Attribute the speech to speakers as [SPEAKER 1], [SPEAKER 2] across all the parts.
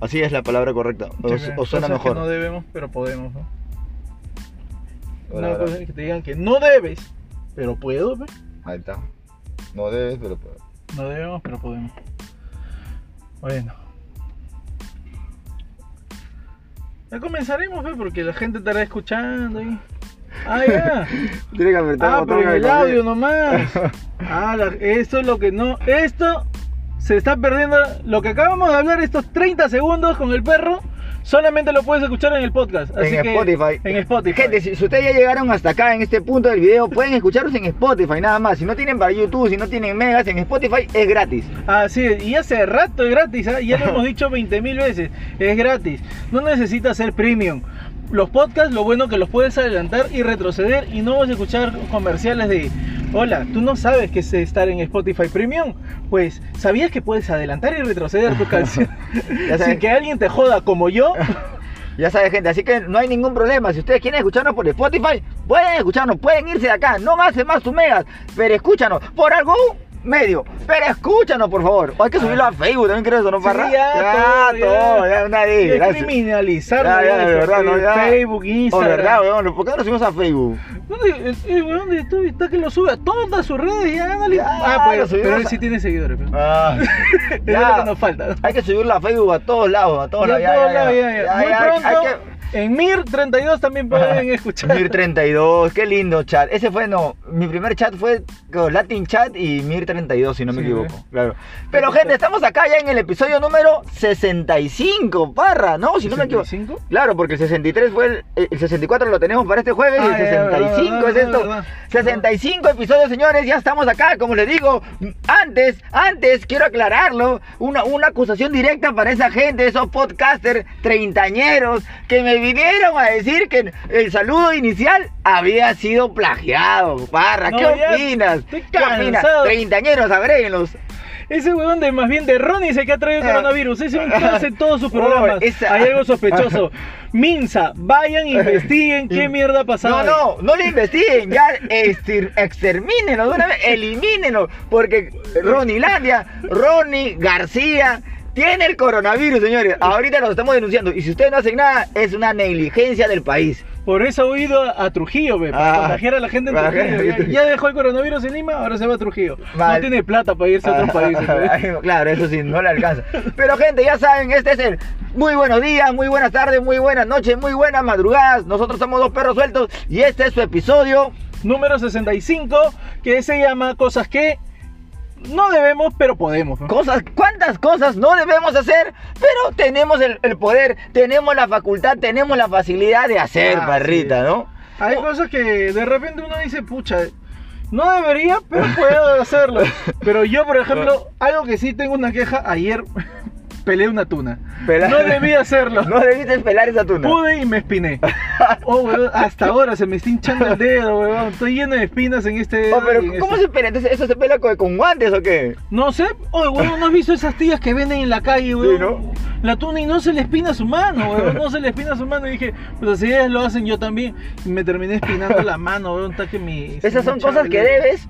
[SPEAKER 1] Así es la palabra correcta. O,
[SPEAKER 2] Sí,
[SPEAKER 1] o suena
[SPEAKER 2] cosas que
[SPEAKER 1] mejor.
[SPEAKER 2] no debemos, pero podemos, ¿no?
[SPEAKER 1] Ahora,
[SPEAKER 2] Una
[SPEAKER 1] ahora.
[SPEAKER 2] cosa es que te digan que no debes, pero puedo, ¿ve?
[SPEAKER 1] Ahí está. No debes, pero pues. puedes.
[SPEAKER 2] No debemos, pero podemos. Bueno. Ya comenzaremos, ¿ve? porque la gente estará escuchando ahí. Ah, ya.
[SPEAKER 1] Tiene que apretar
[SPEAKER 2] Ah,
[SPEAKER 1] el botón
[SPEAKER 2] pero
[SPEAKER 1] que
[SPEAKER 2] el
[SPEAKER 1] me
[SPEAKER 2] audio
[SPEAKER 1] conviene.
[SPEAKER 2] nomás. Ah, la- esto es lo que no. Esto se está perdiendo. Lo que acabamos de hablar, estos 30 segundos con el perro, solamente lo puedes escuchar en el podcast. Así
[SPEAKER 1] en
[SPEAKER 2] que-
[SPEAKER 1] Spotify.
[SPEAKER 2] En Spotify.
[SPEAKER 1] Gente, si, si ustedes ya llegaron hasta acá en este punto del video, pueden escucharlos en Spotify nada más. Si no tienen para YouTube, si no tienen megas, en Spotify es gratis.
[SPEAKER 2] Así es, y hace rato es gratis, ¿ah? ya lo hemos dicho 20 mil veces, es gratis, no necesitas ser premium. Los podcasts, lo bueno que los puedes adelantar y retroceder y no vas a escuchar comerciales de, hola, tú no sabes qué es estar en Spotify Premium, pues sabías que puedes adelantar y retroceder tu canción
[SPEAKER 1] Ya sabes.
[SPEAKER 2] sin que alguien te joda como yo.
[SPEAKER 1] Ya sabes, gente, así que no hay ningún problema. Si ustedes quieren escucharnos por Spotify, pueden escucharnos, pueden irse de acá. No hacen más tus megas, pero escúchanos por algún medio. Pero escúchanos, por favor. O hay que subirlo a Facebook, también creo eso, ¿no, Parra?
[SPEAKER 2] Sí, ya, todo,
[SPEAKER 1] todo,
[SPEAKER 2] ya.
[SPEAKER 1] ya, una ahí,
[SPEAKER 2] de
[SPEAKER 1] gracias.
[SPEAKER 2] criminalizar
[SPEAKER 1] Ya, ya, de verdad, no, ya.
[SPEAKER 2] Facebook,
[SPEAKER 1] Oh,
[SPEAKER 2] Instagram.
[SPEAKER 1] verdad, weón, ¿por qué no lo subimos a Facebook?
[SPEAKER 2] ¿Dónde, eh, weón, de tú está que lo sube a todas sus redes? Ya, dale.
[SPEAKER 1] Ya,
[SPEAKER 2] ah,
[SPEAKER 1] lo
[SPEAKER 2] pues,
[SPEAKER 1] subimos
[SPEAKER 2] pero él
[SPEAKER 1] a-
[SPEAKER 2] sí tiene seguidores. pues. weón.
[SPEAKER 1] Ah,
[SPEAKER 2] Es lo que nos falta.
[SPEAKER 1] Hay que subirlo a Facebook a todos lados, a todos
[SPEAKER 2] Ya,
[SPEAKER 1] lados. ya, ya,
[SPEAKER 2] todo,
[SPEAKER 1] ya.
[SPEAKER 2] ya, ya, ya.
[SPEAKER 1] Ya,
[SPEAKER 2] Muy
[SPEAKER 1] ya,
[SPEAKER 2] pronto,
[SPEAKER 1] hay que-
[SPEAKER 2] en MIR32 también pueden escuchar.
[SPEAKER 1] Mir 32, qué lindo chat. Ese fue, no, mi primer chat fue con Latin Chat y Mir 32, si no me
[SPEAKER 2] Sí,
[SPEAKER 1] equivoco.
[SPEAKER 2] ¿eh?
[SPEAKER 1] Claro. Pero gente, estamos acá ya en el episodio número 65, parra, ¿no? Si no me equivoco.
[SPEAKER 2] 65?
[SPEAKER 1] Claro, porque el 63 fue el, el 64 lo tenemos para este jueves y
[SPEAKER 2] Ah,
[SPEAKER 1] el
[SPEAKER 2] ya, verdad,
[SPEAKER 1] 65
[SPEAKER 2] verdad,
[SPEAKER 1] es esto.
[SPEAKER 2] verdad, verdad.
[SPEAKER 1] 65 episodios, señores, ya estamos acá, como les digo. Antes, antes quiero aclararlo, una, una acusación directa para esa gente, esos podcasters treintañeros que me vinieron a decir que el saludo inicial había sido plagiado. Parra,
[SPEAKER 2] No,
[SPEAKER 1] ¿qué
[SPEAKER 2] ya
[SPEAKER 1] opinas?
[SPEAKER 2] estoy
[SPEAKER 1] ¿Qué opinas?
[SPEAKER 2] cansado.
[SPEAKER 1] Treintañeros, agréguenlos.
[SPEAKER 2] Ese weón de más bien de Ronnie es el que ha traído
[SPEAKER 1] Ah.
[SPEAKER 2] coronavirus. Ese weón que hace todos sus
[SPEAKER 1] Por
[SPEAKER 2] programas.
[SPEAKER 1] esa-
[SPEAKER 2] Hay algo sospechoso. Minsa, vayan, investiguen qué mierda ha pasado.
[SPEAKER 1] No, no, no le investiguen, ya extir, extermínenlo de una vez, elimínenlo, porque Ronilandia, Ronnie García tiene el coronavirus, señores. Ahorita lo estamos denunciando y si ustedes no hacen nada, es una negligencia del país.
[SPEAKER 2] Por eso he ido a, a Trujillo, ve, para
[SPEAKER 1] Ah.
[SPEAKER 2] contagiar a la gente en
[SPEAKER 1] Para
[SPEAKER 2] Trujillo.
[SPEAKER 1] que-
[SPEAKER 2] Ya, ya dejó el coronavirus en Lima, ahora se va a Trujillo.
[SPEAKER 1] Mal. Ah.
[SPEAKER 2] No tiene plata para irse a otros países. ve.
[SPEAKER 1] Ay, claro, eso sí, no le alcanza. Pero gente, ya saben, este es el muy buenos días, muy buenas tardes, muy buenas noches, muy buenas madrugadas. Nosotros somos dos perros sueltos y este es su episodio
[SPEAKER 2] número 65, que se llama Cosas que no debemos, pero podemos. ¿no?
[SPEAKER 1] Cosas, cuántas cosas no debemos hacer, pero tenemos el, el poder, tenemos la facultad, tenemos la facilidad de hacer,
[SPEAKER 2] Así
[SPEAKER 1] parrita,
[SPEAKER 2] es.
[SPEAKER 1] ¿no?
[SPEAKER 2] Hay
[SPEAKER 1] Oh.
[SPEAKER 2] cosas que de repente uno dice, pucha, no debería, pero puedo hacerlo. Pero yo, por ejemplo, algo que sí tengo una queja, ayer peleé una tuna.
[SPEAKER 1] Pela-
[SPEAKER 2] No debía hacerlo.
[SPEAKER 1] No debiste pelar esa tuna.
[SPEAKER 2] Pude y me espiné. Oh, weón, hasta ahora se me está hinchando el dedo, weón. Estoy lleno de espinas en este dedo.
[SPEAKER 1] Oh, pero
[SPEAKER 2] y en
[SPEAKER 1] ¿cómo
[SPEAKER 2] este.
[SPEAKER 1] se pela? Entonces, ¿eso se pela con, con guantes o qué?
[SPEAKER 2] No sé, oye, weón, ¿no has visto esas tías que venden en la calle, weón?
[SPEAKER 1] ¿no?
[SPEAKER 2] La tuna y no se le espina su mano, weón, no se le espina su mano. Y dije, pues si ellas lo hacen, yo también. Y me terminé espinando la mano, weón, hasta que mi...
[SPEAKER 1] Esas son
[SPEAKER 2] mi
[SPEAKER 1] cosas que
[SPEAKER 2] chabelero.
[SPEAKER 1] debes,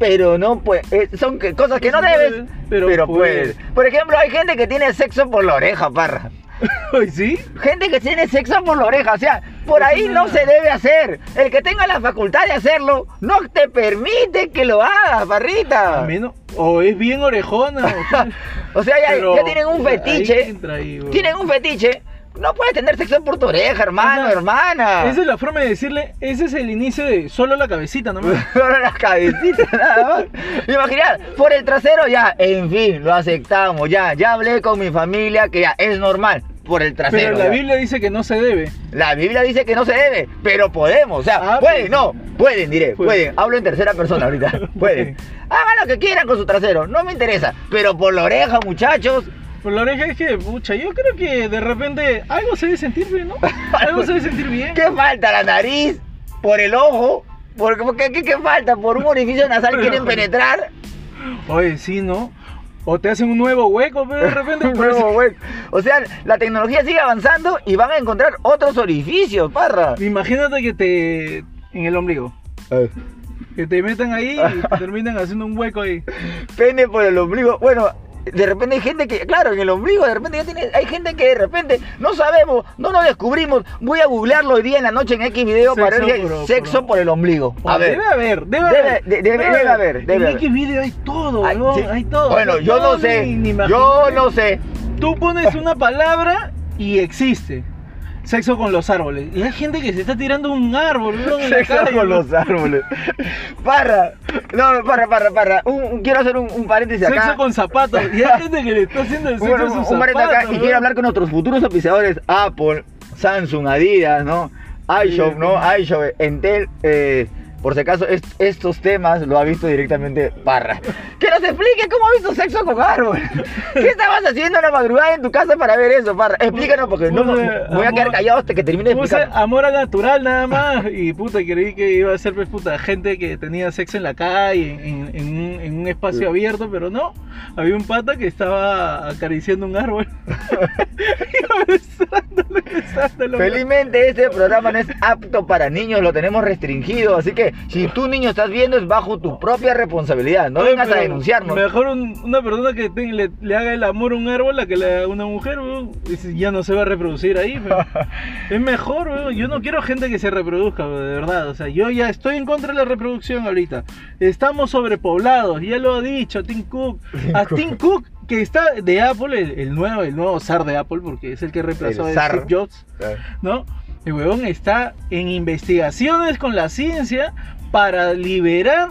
[SPEAKER 1] pero no puedes. Son que- cosas que no
[SPEAKER 2] Cosas que
[SPEAKER 1] debes,
[SPEAKER 2] debes,
[SPEAKER 1] pero,
[SPEAKER 2] pero
[SPEAKER 1] puedes. Por ejemplo, hay gente que tiene sexo por la oreja, parra.
[SPEAKER 2] Ay, ¿Sí?
[SPEAKER 1] Gente que tiene sexo por la oreja, o sea, por
[SPEAKER 2] Es
[SPEAKER 1] ahí
[SPEAKER 2] una-
[SPEAKER 1] no se debe hacer. El que tenga la facultad de hacerlo, no te permite que lo hagas, barrita.
[SPEAKER 2] A mí no. O es bien orejona.
[SPEAKER 1] Ah.
[SPEAKER 2] o qué.
[SPEAKER 1] O sea, ya,
[SPEAKER 2] Pero-
[SPEAKER 1] ya tienen un
[SPEAKER 2] ahí
[SPEAKER 1] fetiche.
[SPEAKER 2] entra ahí, weón.
[SPEAKER 1] Tienen un fetiche. No puedes tener sexo por tu oreja, hermano,
[SPEAKER 2] Esa-
[SPEAKER 1] hermana.
[SPEAKER 2] Esa es la forma de decirle, ese es el inicio de solo la cabecita nomás.
[SPEAKER 1] Solo las cabecitas nada más. Imaginar, por el trasero ya, en fin, lo aceptamos, ya, ya hablé con mi familia que ya es normal, por el trasero.
[SPEAKER 2] Pero la
[SPEAKER 1] ya.
[SPEAKER 2] Biblia dice que no se debe.
[SPEAKER 1] La Biblia dice que no se debe, pero podemos. O sea,
[SPEAKER 2] Ah,
[SPEAKER 1] pueden,
[SPEAKER 2] pues.
[SPEAKER 1] no, pueden, diré,
[SPEAKER 2] Pues.
[SPEAKER 1] pueden. Hablo en tercera persona ahorita. pueden.
[SPEAKER 2] Pueden.
[SPEAKER 1] Hagan lo que quieran con su trasero, no me interesa. Pero por la oreja, muchachos.
[SPEAKER 2] Por la oreja es que, pucha, yo creo que de repente algo se debe sentir bien, ¿no? Algo se debe sentir bien.
[SPEAKER 1] ¿Qué falta? ¿La nariz? ¿Por el ojo? ¿Por, por qué, qué- qué falta? ¿Por un orificio nasal quieren penetrar?
[SPEAKER 2] Oye, sí, ¿no? O te hacen un nuevo hueco, pero de repente. pues.
[SPEAKER 1] Un nuevo hueco. O sea, la tecnología sigue avanzando y van a encontrar otros orificios, parra.
[SPEAKER 2] Imagínate que te. en el ombligo. Que te metan ahí y te terminan haciendo un hueco ahí.
[SPEAKER 1] Pene por el ombligo. Bueno, de repente hay gente que, claro, en el ombligo, de repente ya tiene, hay gente que de repente no sabemos, no nos descubrimos. Voy a googlearlo hoy día en la noche en X video para ver
[SPEAKER 2] Sexo
[SPEAKER 1] si hay
[SPEAKER 2] por- por-
[SPEAKER 1] sexo por el ombligo. A ver.
[SPEAKER 2] Debe haber, debe
[SPEAKER 1] Debe-
[SPEAKER 2] haber.
[SPEAKER 1] de- debe- debe haber, debe
[SPEAKER 2] en
[SPEAKER 1] haber.
[SPEAKER 2] X video hay todo,
[SPEAKER 1] Ay,
[SPEAKER 2] huevón,
[SPEAKER 1] sí.
[SPEAKER 2] hay todo.
[SPEAKER 1] Bueno, yo no
[SPEAKER 2] ni-
[SPEAKER 1] sé.
[SPEAKER 2] ni
[SPEAKER 1] Yo
[SPEAKER 2] imaginé.
[SPEAKER 1] no sé.
[SPEAKER 2] Tú pones una palabra y existe. Sexo con los árboles. Y hay gente que se está tirando un árbol, huevón, en la
[SPEAKER 1] Sexo
[SPEAKER 2] calle,
[SPEAKER 1] con
[SPEAKER 2] huevón.
[SPEAKER 1] los árboles. Parra. No, parra, parra, parra. Un- un- quiero hacer un, un paréntesis acá.
[SPEAKER 2] Sexo con zapatos. Y hay gente que le está haciendo el sexo
[SPEAKER 1] Bueno,
[SPEAKER 2] a sus
[SPEAKER 1] un paréntesis acá
[SPEAKER 2] zapatos.
[SPEAKER 1] y quiero hablar con nuestros futuros auspiciadores Apple, Samsung, Adidas, ¿no? iShop, ¿no? iShop, Entel, eh, por si acaso est- estos temas lo ha visto directamente Parra. Que nos explique cómo ha visto sexo con árbol. ¿Qué estabas haciendo en la madrugada en tu casa para ver eso, Parra? Explícanos porque no me-
[SPEAKER 2] Puse
[SPEAKER 1] voy a quedar
[SPEAKER 2] amor-
[SPEAKER 1] callado hasta que termine de
[SPEAKER 2] Puse
[SPEAKER 1] explicar.
[SPEAKER 2] amor al natural nada más y puta creí que iba a ser pues puta gente que tenía sexo en la calle, en, en un, en un espacio abierto, pero no. Había un pata que estaba acariciando un árbol. y besándolo, besándolo.
[SPEAKER 1] Felizmente este programa no es apto para niños, lo tenemos restringido, así que si tú niño estás viendo es bajo tu propia responsabilidad, no
[SPEAKER 2] Oye,
[SPEAKER 1] vengas a
[SPEAKER 2] pero
[SPEAKER 1] denunciarnos.
[SPEAKER 2] Mejor un- una persona que te- le, le haga el amor a un árbol a que le haga una mujer, weón. Y si ya no se va a reproducir ahí. weón. es mejor, weón. yo no quiero gente que se reproduzca, weón, de verdad. O sea, yo ya estoy en contra de la reproducción ahorita. Estamos sobrepoblados, ya lo ha dicho Tim Cook. A Tim Cook, que está de Apple, el, el nuevo, el nuevo zar de Apple, porque es el que reemplazó
[SPEAKER 1] El
[SPEAKER 2] a
[SPEAKER 1] zar.
[SPEAKER 2] Steve Jobs.
[SPEAKER 1] Ah,
[SPEAKER 2] ¿no? El huevón está en investigaciones con la ciencia para liberar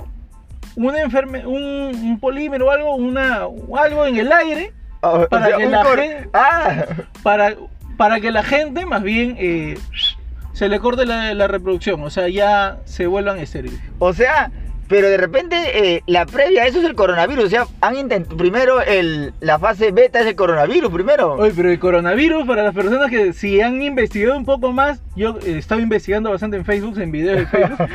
[SPEAKER 2] una enferme, un, un polímero o algo, una, algo en el aire
[SPEAKER 1] Ah, o
[SPEAKER 2] Para
[SPEAKER 1] sea,
[SPEAKER 2] que
[SPEAKER 1] un
[SPEAKER 2] la
[SPEAKER 1] cor-
[SPEAKER 2] gente-
[SPEAKER 1] Ah,
[SPEAKER 2] para, para que la gente más bien eh, se le corte la, la reproducción, o sea, ya se vuelvan estériles.
[SPEAKER 1] o sea, pero de repente eh, la previa, eso es el coronavirus. O sea, han intentado primero el, la fase beta es el coronavirus primero.
[SPEAKER 2] Oye, pero el coronavirus, para las personas que si han investigado un poco más, yo eh, estaba investigando bastante en Facebook, en videos de Facebook,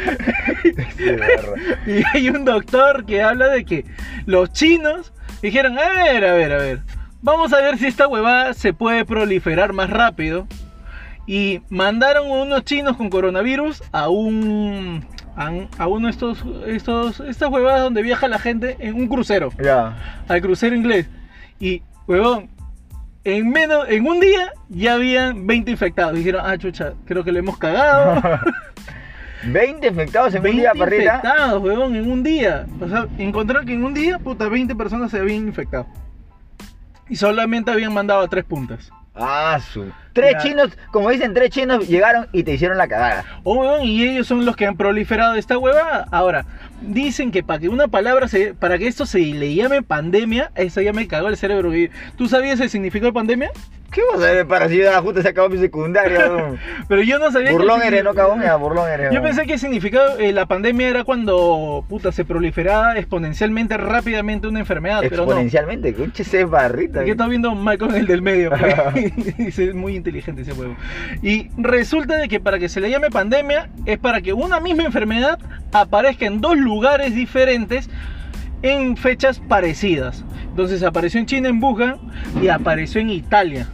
[SPEAKER 2] Y hay un doctor que habla de que los chinos dijeron, a ver, a ver, a ver, vamos a ver si esta huevada se puede proliferar más rápido. Y mandaron unos chinos con coronavirus a un... A, un- a uno de estos, estos, estas huevadas donde viaja la gente en un crucero,
[SPEAKER 1] Ya.
[SPEAKER 2] al crucero inglés. Y, huevón, en menos, en un día ya habían 20 infectados. Dijeron, ah, chucha, creo que le hemos cagado.
[SPEAKER 1] 20 infectados en un
[SPEAKER 2] 20
[SPEAKER 1] día, parrita.
[SPEAKER 2] infectados, huevón, en un día. O sea, encontrar que en un día, puta, 20 personas se habían infectado. Y solamente habían mandado a tres puntas.
[SPEAKER 1] Ah, su. Tres
[SPEAKER 2] Ya.
[SPEAKER 1] chinos, como dicen, tres chinos llegaron y te hicieron la cagada.
[SPEAKER 2] Oh, huevón, y ellos son los que han proliferado esta huevada. Ahora, dicen que para que una palabra, se, para que esto se le llame pandemia, eso ya me cagó el cerebro. Y- ¿Tú sabías el significado de pandemia?
[SPEAKER 1] ¿Qué vas a ver para si yo justo se acabó mi secundaria? weón?
[SPEAKER 2] Pero yo no sabía que el
[SPEAKER 1] burlón eres, no
[SPEAKER 2] significado-
[SPEAKER 1] cagón, ya, burlón eres.
[SPEAKER 2] Yo
[SPEAKER 1] weón.
[SPEAKER 2] pensé que el significado, eh, la pandemia era cuando, puta, se proliferaba exponencialmente, rápidamente una enfermedad, pero no.
[SPEAKER 1] Exponencialmente, escuche ese barrita.
[SPEAKER 2] Aquí está viendo Michael el del medio. pues. Ese es muy inteligente ese huevo. Y resulta de que para que se le llame pandemia es para que una misma enfermedad aparezca en dos lugares diferentes en fechas parecidas. Entonces apareció en China en Wuhan y apareció en Italia.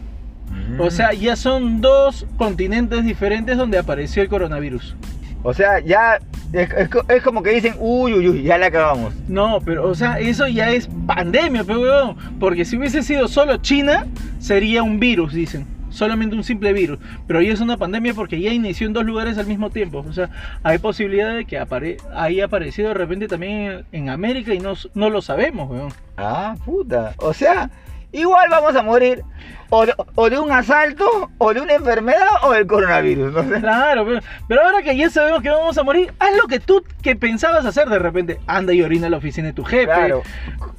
[SPEAKER 1] Mm.
[SPEAKER 2] O sea, ya son dos continentes diferentes donde apareció el coronavirus.
[SPEAKER 1] Mm. O sea, ya es, es co- es como que dicen, uy, uy, uy, ya la acabamos.
[SPEAKER 2] No, pero o sea, eso ya es pandemia, pero huevón. Porque si hubiese sido solo China, sería un virus, dicen. Solamente un simple virus. Pero ya es una pandemia porque ya inició en dos lugares al mismo tiempo. O sea, hay posibilidad de que apare haya aparecido de repente también en América y no, s- no lo sabemos, weón.
[SPEAKER 1] Ah, puta. O sea, igual vamos a morir o de, o de un asalto, o de una enfermedad, o del coronavirus. No sé.
[SPEAKER 2] Claro, pero, pero ahora que ya sabemos que vamos a morir, haz lo que tú que pensabas hacer de repente. Anda y orina a la oficina de tu jefe. Ah,
[SPEAKER 1] Claro.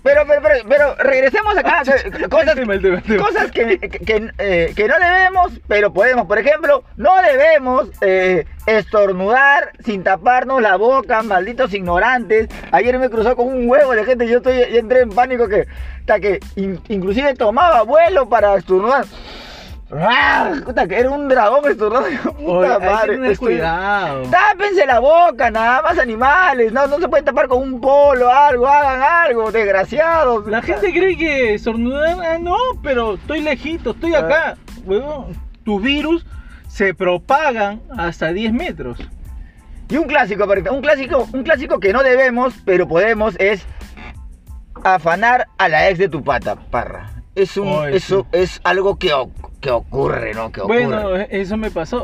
[SPEAKER 1] Pero, pero, pero, pero regresemos acá. que- cosas
[SPEAKER 2] el tema, el tema, el tema.
[SPEAKER 1] cosas que, que, que, eh, que no debemos, pero podemos. Por ejemplo, no debemos eh, estornudar sin taparnos la boca, malditos ignorantes. Ayer me cruzó con un huevo de gente, yo estoy, yo entré en pánico que, hasta que in- inclusive tomaba vuelo para estornudar. ¡Ah! Puta, que era un dragón estornudando.
[SPEAKER 2] Oye,
[SPEAKER 1] Puta
[SPEAKER 2] hay que
[SPEAKER 1] madre.
[SPEAKER 2] tener
[SPEAKER 1] estoy-
[SPEAKER 2] cuidado.
[SPEAKER 1] Tápense la boca, nada más animales. No, no se pueden tapar con un polo, algo, hagan algo, desgraciados.
[SPEAKER 2] La gente cree que estornudar, ah, no, pero estoy lejito, estoy acá. Huevón, tu virus se propagan hasta 10 metros.
[SPEAKER 1] Y un clásico, Perrito, un clásico, un clásico que no debemos, pero podemos, es afanar a la ex de tu pata, parra. Es un,
[SPEAKER 2] Ay,
[SPEAKER 1] eso es algo que, oc- que ocurre, ¿no? Que ocurre.
[SPEAKER 2] Bueno, e-, eso me pasó.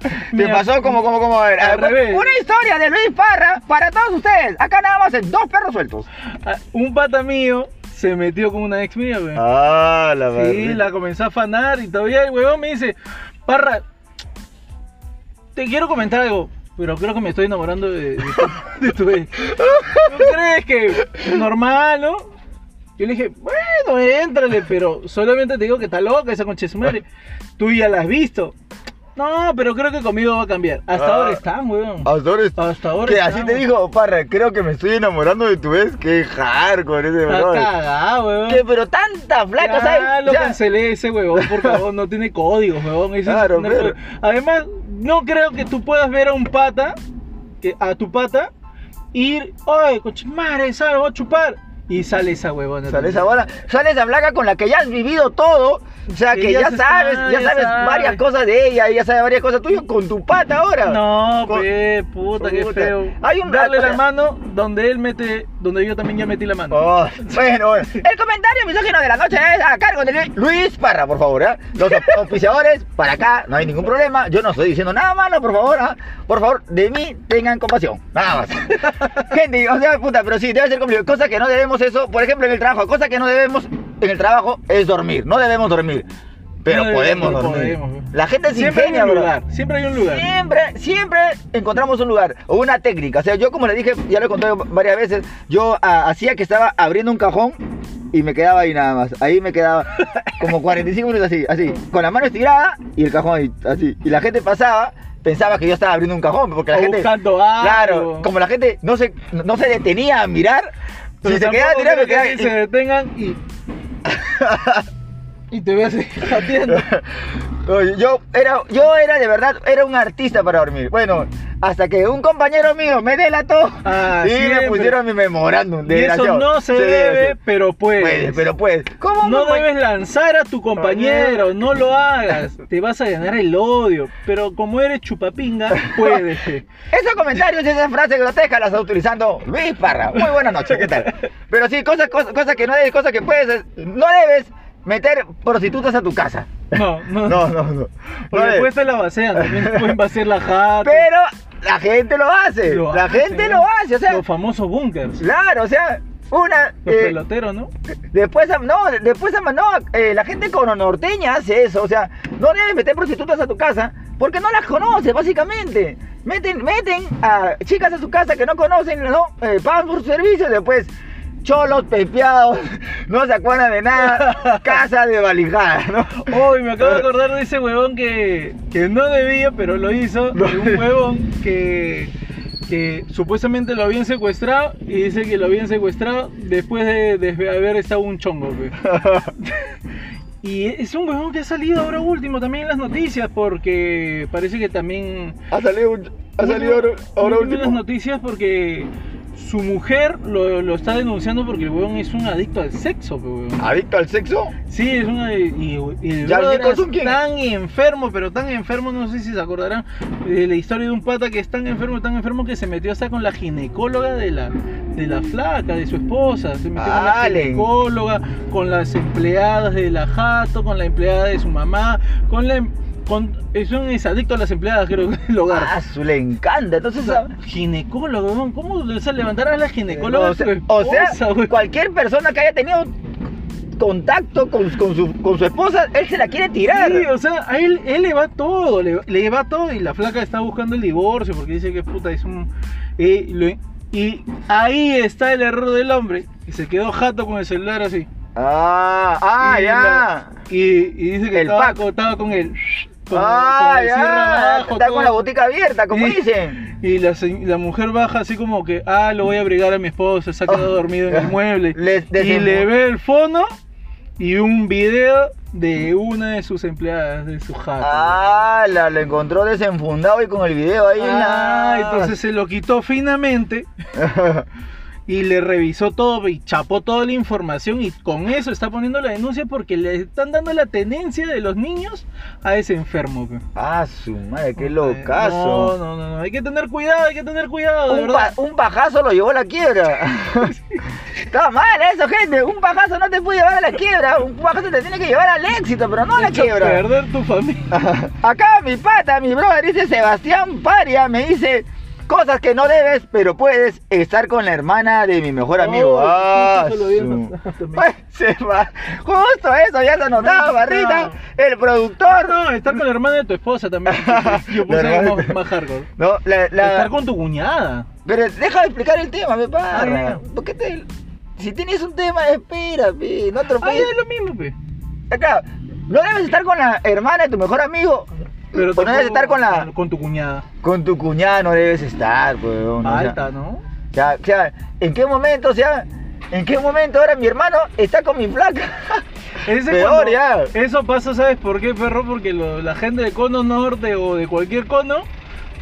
[SPEAKER 1] Te
[SPEAKER 2] Mira,
[SPEAKER 1] pasó como, como, como. A ver,
[SPEAKER 2] al
[SPEAKER 1] a ver,
[SPEAKER 2] revés.
[SPEAKER 1] Una historia de Luis Parra para todos ustedes. Acá nada más en dos perros sueltos.
[SPEAKER 2] Ah, Un pata mío se metió con una ex mía, güey.
[SPEAKER 1] Ah, la
[SPEAKER 2] Sí, la comenzó a afanar y todavía el huevón me dice, Parra, te quiero comentar algo, pero creo que me estoy enamorando de, de tu- de tu ex. ¿No crees que normal, no? Yo le dije, bueno, éntrale, pero solamente te digo que está loca esa concha de su madre. Tú ya la has visto. No, pero creo que conmigo va a cambiar. Hasta
[SPEAKER 1] Ah.
[SPEAKER 2] ahora están, huevón. Hasta ahora
[SPEAKER 1] Que
[SPEAKER 2] está,
[SPEAKER 1] así te
[SPEAKER 2] güey.
[SPEAKER 1] dijo, Parra, creo que me estoy enamorando de tu ex. Qué hardcore ese
[SPEAKER 2] Está
[SPEAKER 1] brother.
[SPEAKER 2] cagado, huevón.
[SPEAKER 1] Que pero tanta flaca,
[SPEAKER 2] ya
[SPEAKER 1] ¿sabes?
[SPEAKER 2] lo
[SPEAKER 1] Ya.
[SPEAKER 2] cancelé ese huevón, por favor, no tiene código, huevón. eso es
[SPEAKER 1] Claro,
[SPEAKER 2] una
[SPEAKER 1] pero-
[SPEAKER 2] cosa. Además, no creo que tú puedas ver a un pata, que- a tu pata, ir, oye, cochimare, sal, voy a chupar. Y sale esa huevona.
[SPEAKER 1] Sale esa bola, sale esa flaca con la que ya has vivido todo, o sea
[SPEAKER 2] Que
[SPEAKER 1] que
[SPEAKER 2] ya
[SPEAKER 1] ya
[SPEAKER 2] se
[SPEAKER 1] sabes,
[SPEAKER 2] sabe,
[SPEAKER 1] ya
[SPEAKER 2] ya
[SPEAKER 1] sabes
[SPEAKER 2] sabe.
[SPEAKER 1] varias cosas de ella, ya sabes varias cosas tuyas con tu pata ahora.
[SPEAKER 2] No,
[SPEAKER 1] Con-
[SPEAKER 2] pe, puta, qué
[SPEAKER 1] Puta.
[SPEAKER 2] feo.
[SPEAKER 1] Hay un-
[SPEAKER 2] Darle
[SPEAKER 1] o sea-
[SPEAKER 2] la mano donde él mete, donde yo también ya metí la mano.
[SPEAKER 1] Oh, bueno, bueno. el comentario misógino de la noche es a cargo de Lu- Luis Parra, por favor. ¿ah? Los au- auspiciadores para acá, no hay ningún problema. Yo no estoy diciendo nada malo, por favor. ¿ah? Por favor, de mí tengan compasión. Nada más. Gente, o sea, puta, pero sí, debe ser complicado. Cosa que no debemos eso, por ejemplo, en el trabajo. Cosa que no debemos en el trabajo es dormir. No debemos dormir. Pero
[SPEAKER 2] No debemos,
[SPEAKER 1] podemos dormir.
[SPEAKER 2] podemos.
[SPEAKER 1] La gente se
[SPEAKER 2] siempre hay
[SPEAKER 1] ingenia,
[SPEAKER 2] un
[SPEAKER 1] bro.
[SPEAKER 2] lugar, siempre hay un lugar.
[SPEAKER 1] Siempre, siempre encontramos un lugar o una técnica. O sea, yo como le dije, ya lo conté varias veces, yo ah, hacía que estaba abriendo un cajón y me quedaba ahí nada más. Ahí me quedaba como 45 minutos así, así, con la mano estirada y el cajón ahí, así. Y la gente pasaba, pensaba que yo estaba abriendo un cajón, porque la
[SPEAKER 2] O
[SPEAKER 1] gente...
[SPEAKER 2] buscando algo.
[SPEAKER 1] Claro, como la gente no se, no se detenía a mirar,
[SPEAKER 2] Pero
[SPEAKER 1] si se
[SPEAKER 2] tampoco
[SPEAKER 1] quedaba tirada, me
[SPEAKER 2] creo
[SPEAKER 1] quedaba...
[SPEAKER 2] que se detengan y. y te veas jateando.
[SPEAKER 1] Oye, Yo era, yo era de verdad, era un artista para dormir. Bueno, hasta que un compañero mío me delató
[SPEAKER 2] Ah,
[SPEAKER 1] y
[SPEAKER 2] siempre.
[SPEAKER 1] me pusieron mi memorándum.
[SPEAKER 2] Y eso
[SPEAKER 1] desgraciado.
[SPEAKER 2] no se
[SPEAKER 1] Sí,
[SPEAKER 2] debe,
[SPEAKER 1] sí.
[SPEAKER 2] pero puedes.
[SPEAKER 1] Puedes, pero puedes. ¿Cómo pues?
[SPEAKER 2] No
[SPEAKER 1] compañ-
[SPEAKER 2] debes lanzar a tu compañero, no lo hagas. Te vas a ganar el odio. Pero como eres chupapinga, puedes. pe.
[SPEAKER 1] Esos comentarios y esas frases grotescas las está utilizando Luis Parra. Muy buenas noches, ¿qué tal? Pero sí, cosas, cosas, cosas que no debes, cosas que puedes, es- no debes meter prostitutas a tu casa.
[SPEAKER 2] No, no.
[SPEAKER 1] No, no, no.
[SPEAKER 2] Porque
[SPEAKER 1] No debes.
[SPEAKER 2] después te la vacean, también te pueden vaciar la jata.
[SPEAKER 1] Pero la gente lo hace.
[SPEAKER 2] Lo ¿eh?
[SPEAKER 1] la
[SPEAKER 2] hacen,
[SPEAKER 1] gente
[SPEAKER 2] ¿no?
[SPEAKER 1] lo hace, o sea.
[SPEAKER 2] Los famosos bunkers.
[SPEAKER 1] Claro, o sea, una.
[SPEAKER 2] Los
[SPEAKER 1] eh,
[SPEAKER 2] peloteros, ¿no?
[SPEAKER 1] después, am- no, de- después, ama- no, eh, la gente cono- norteña hace eso. O sea, no debes meter prostitutas a tu casa porque no las conoces, básicamente. Meten, meten a chicas a su casa que no conocen, ¿no? Eh, pagan por sus servicios, después. Cholos pepeados, no se acuerdan de nada, casa de valijada, ¿no?
[SPEAKER 2] Hoy me acabo de acordar de ese huevón que, que no debía, pero lo hizo.
[SPEAKER 1] No.
[SPEAKER 2] de un huevón que, que supuestamente lo habían secuestrado y dice que lo habían secuestrado después de, de haber estado un chongo. pe. Y es un huevón que ha salido ahora último también en las noticias porque parece que también...
[SPEAKER 1] Ha salido, un- ha salido ahora, ahora
[SPEAKER 2] en las
[SPEAKER 1] último.
[SPEAKER 2] noticias porque su mujer lo, lo está denunciando porque el huevón es un adicto al sexo. pues, pe, huevón.
[SPEAKER 1] ¿Adicto al sexo?
[SPEAKER 2] Sí, es una. Y, y el
[SPEAKER 1] ¿Ya
[SPEAKER 2] brother
[SPEAKER 1] Nico
[SPEAKER 2] es
[SPEAKER 1] Sun quién?
[SPEAKER 2] tan enfermo, pero tan enfermo, no sé si se acordarán de la historia de un pata que es tan enfermo, tan enfermo que se metió hasta con la ginecóloga de la, de la flaca, de su esposa. Se metió con la
[SPEAKER 1] Ah, le-
[SPEAKER 2] ginecóloga, con las empleadas de la jato, con la empleada de su mamá, con la. em- Con, es un es adicto a las empleadas, creo, del hogar.
[SPEAKER 1] Ah, su le encanta. Entonces, ah, eh,
[SPEAKER 2] ginecólogo, weón, ¿cómo se levantará a la ginecóloga?
[SPEAKER 1] o sea,
[SPEAKER 2] de su
[SPEAKER 1] o sea,
[SPEAKER 2] esposa, weón?
[SPEAKER 1] cualquier persona que haya tenido contacto con, con su, con su esposa, él se la quiere tirar.
[SPEAKER 2] Sí, o sea, a él, él le va todo, le, le va todo y la flaca está buscando el divorcio porque dice que puta es un... eh, lo- y ahí está el error del hombre, que se quedó jato con el celular así.
[SPEAKER 1] Ah, ah,
[SPEAKER 2] Y
[SPEAKER 1] ya.
[SPEAKER 2] la- y, y dice que
[SPEAKER 1] El
[SPEAKER 2] estaba,
[SPEAKER 1] pack.
[SPEAKER 2] con- estaba con el... Con,
[SPEAKER 1] ah,
[SPEAKER 2] con el cierre
[SPEAKER 1] ya.
[SPEAKER 2] abajo,
[SPEAKER 1] Está
[SPEAKER 2] todo.
[SPEAKER 1] con la botica abierta, como
[SPEAKER 2] Sí.
[SPEAKER 1] dicen.
[SPEAKER 2] Y la, se- la mujer baja así como que, ah, lo voy a abrigar a mi esposo, se ha quedado
[SPEAKER 1] Ah.
[SPEAKER 2] dormido en el mueble.
[SPEAKER 1] Les-
[SPEAKER 2] y
[SPEAKER 1] desem-
[SPEAKER 2] le ve el fono y un video de una de sus empleadas, de su jato.
[SPEAKER 1] Ah, la, lo encontró desenfundado y con el video ahí.
[SPEAKER 2] Ah,
[SPEAKER 1] nada.
[SPEAKER 2] entonces se lo quitó finamente y le revisó todo y chapó toda la información y con eso está poniendo la denuncia porque le están dando la tenencia de los niños a ese enfermo. pe.
[SPEAKER 1] ah, su madre, qué locazo.
[SPEAKER 2] No, no, no, no, hay que tener cuidado, hay que tener cuidado, de
[SPEAKER 1] Un,
[SPEAKER 2] verdad.
[SPEAKER 1] pa- un pajazo lo llevó a la quiebra. Está mal eso, gente. Un pajazo no te puede llevar a la quiebra. Un pajazo te tiene que llevar al éxito, pero no a la
[SPEAKER 2] Hecho
[SPEAKER 1] quiebra.
[SPEAKER 2] Perder tu familia.
[SPEAKER 1] Ah. Acá mi pata, mi brother, dice Sebastián Paria, me dice cosas que no debes, pero puedes estar con la hermana de mi mejor amigo.
[SPEAKER 2] Oh,
[SPEAKER 1] Ah,
[SPEAKER 2] justo lo había
[SPEAKER 1] su-
[SPEAKER 2] pasado también.
[SPEAKER 1] Pues, se va. Justo eso, ya se anotaba, barrita. El
[SPEAKER 2] Ah,
[SPEAKER 1] productor.
[SPEAKER 2] no, estar con la hermana de tu esposa también. Yo puse
[SPEAKER 1] La
[SPEAKER 2] algo
[SPEAKER 1] hermana-
[SPEAKER 2] más, más hardcore.
[SPEAKER 1] No, la, la-
[SPEAKER 2] Estar con tu cuñada.
[SPEAKER 1] Pero deja de explicar el tema, me
[SPEAKER 2] Ah,
[SPEAKER 1] para.
[SPEAKER 2] ya.
[SPEAKER 1] ¿Por qué te.? Si tienes un tema, espera, pe, no
[SPEAKER 2] Ah,
[SPEAKER 1] atropelles.
[SPEAKER 2] ya es lo mismo, pe.
[SPEAKER 1] Acá, no debes estar con la hermana de tu mejor amigo.
[SPEAKER 2] Pero
[SPEAKER 1] o no debes
[SPEAKER 2] tampoco
[SPEAKER 1] estar con la.
[SPEAKER 2] Con tu cuñada.
[SPEAKER 1] Con tu cuñada no debes estar, weón. o sea,
[SPEAKER 2] Alta, ¿no?
[SPEAKER 1] O sea, o sea, ¿en qué momento, o sea, en qué momento ahora mi hermano está con mi flaca?
[SPEAKER 2] Ese
[SPEAKER 1] Peor
[SPEAKER 2] cuando-
[SPEAKER 1] ya.
[SPEAKER 2] Eso pasa, ¿sabes por qué, perro? Porque lo- la gente de cono norte o de cualquier cono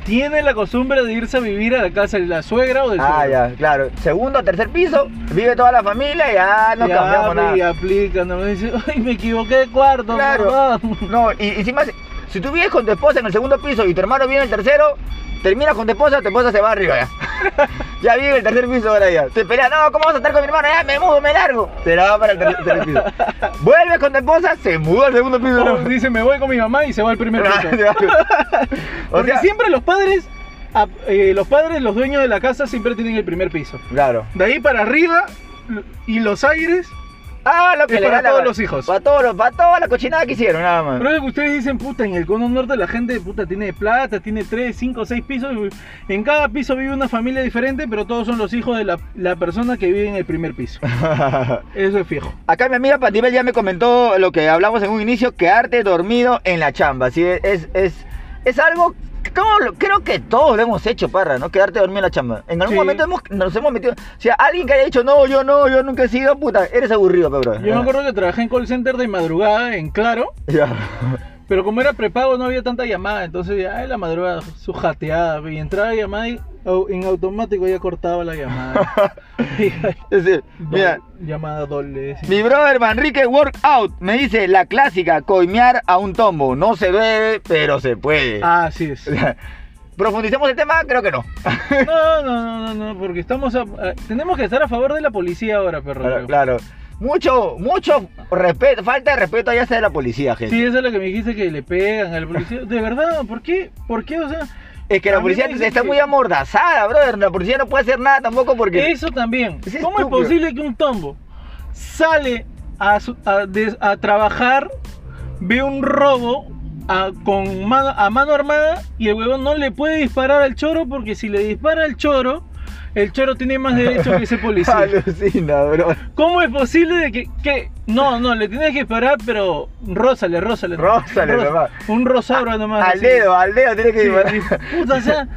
[SPEAKER 2] tiene la costumbre de irse a vivir a la casa de la suegra o del
[SPEAKER 1] Ah,
[SPEAKER 2] suegro.
[SPEAKER 1] ya, claro. Segundo, tercer piso, vive toda la familia y ya no
[SPEAKER 2] y
[SPEAKER 1] cambiamos
[SPEAKER 2] abre
[SPEAKER 1] nada.
[SPEAKER 2] Y aplica, no me dice, ay, me equivoqué de cuarto,
[SPEAKER 1] Claro.
[SPEAKER 2] perdón".
[SPEAKER 1] No, y, y sin más, si tú vives con tu esposa en el segundo piso y tu hermano vive en el tercero, terminas con tu esposa, tu esposa se va arriba ya. ya vive en el tercer piso ahora ya. Te peleas, no, ¿cómo vas a estar con mi hermano? Ya me mudo, me largo. Se la va para el ter- tercer piso. Vuelves con tu esposa, se muda al segundo piso.
[SPEAKER 2] O
[SPEAKER 1] ¿no?
[SPEAKER 2] dice, me voy con mi mamá y se va al primer piso.
[SPEAKER 1] o
[SPEAKER 2] Porque
[SPEAKER 1] sea,
[SPEAKER 2] siempre los padres, a- eh, los padres, los dueños de la casa siempre tienen el primer piso.
[SPEAKER 1] claro.
[SPEAKER 2] De ahí para arriba lo- y los aires.
[SPEAKER 1] Ah, lo que
[SPEAKER 2] Es
[SPEAKER 1] le
[SPEAKER 2] para
[SPEAKER 1] da la
[SPEAKER 2] todos
[SPEAKER 1] gana.
[SPEAKER 2] los hijos.
[SPEAKER 1] Para todos los, para toda la cochinada que hicieron, nada más.
[SPEAKER 2] Pero es que ustedes dicen, puta, en el cono norte la gente, puta, tiene plata, tiene 3, 5, 6 pisos. y En cada piso vive una familia diferente, pero todos son los hijos de la, la persona que vive en el primer piso. Eso es fijo.
[SPEAKER 1] Acá mi amiga Pandibel ya me comentó lo que hablamos en un inicio, quedarte dormido en la chamba. ¿sí? Es, es, es algo, que como lo- creo que todos lo hemos hecho, parra, ¿no? Quedarte dormido en la chamba. En algún
[SPEAKER 2] Sí.
[SPEAKER 1] momento hemos- nos hemos metido... O sea, alguien que haya dicho, no, yo no, yo nunca he sido, puta, eres aburrido, Pedro.
[SPEAKER 2] Yo me acuerdo que trabajé en call center de madrugada en Claro, pero como era prepago no había tanta llamada, entonces ya en la madrugada su jateada, pe, y entraba llamada y au- en automático ya cortaba la llamada. Y- do-
[SPEAKER 1] mira,
[SPEAKER 2] Llamada doble. sí.
[SPEAKER 1] mi brother Manrique Workout me dice, la clásica, coimear a un tombo. No se debe, pero se puede.
[SPEAKER 2] Ah, así es.
[SPEAKER 1] ¿Profundicemos el tema? Creo que no.
[SPEAKER 2] No, no, no, no, no, porque estamos a- a- tenemos que estar a favor de la policía ahora, perro.
[SPEAKER 1] Claro,
[SPEAKER 2] creo.
[SPEAKER 1] claro. Mucho, mucho respeto, falta de respeto ya sea de la policía, gente.
[SPEAKER 2] Sí, eso es lo que me dijiste que le pegan al policía. De verdad, ¿por qué? ¿Por qué? O sea,
[SPEAKER 1] es que
[SPEAKER 2] a
[SPEAKER 1] la
[SPEAKER 2] mí
[SPEAKER 1] policía
[SPEAKER 2] me
[SPEAKER 1] está
[SPEAKER 2] dicen que-
[SPEAKER 1] muy amordazada, brother. La policía no puede hacer nada tampoco porque.
[SPEAKER 2] eso también.
[SPEAKER 1] Es
[SPEAKER 2] ¿Cómo es
[SPEAKER 1] estúpido.
[SPEAKER 2] posible que un tombo sale a, su- a des- a trabajar, ve un robo a, con mano, a mano armada y el huevón no le puede disparar al choro porque si le dispara al choro, el choro tiene más derecho que ese policía.
[SPEAKER 1] Alucina, bro.
[SPEAKER 2] ¿Cómo es posible de que, que- No, no, le tienes que parar, pero rózale, rózale. nomás.
[SPEAKER 1] Rózale
[SPEAKER 2] Ro-
[SPEAKER 1] nomás. Ah,
[SPEAKER 2] Un rosabro nomás.
[SPEAKER 1] al
[SPEAKER 2] así.
[SPEAKER 1] dedo, al dedo tiene que
[SPEAKER 2] Sí,
[SPEAKER 1] disparar.
[SPEAKER 2] sí. Puta, o sea,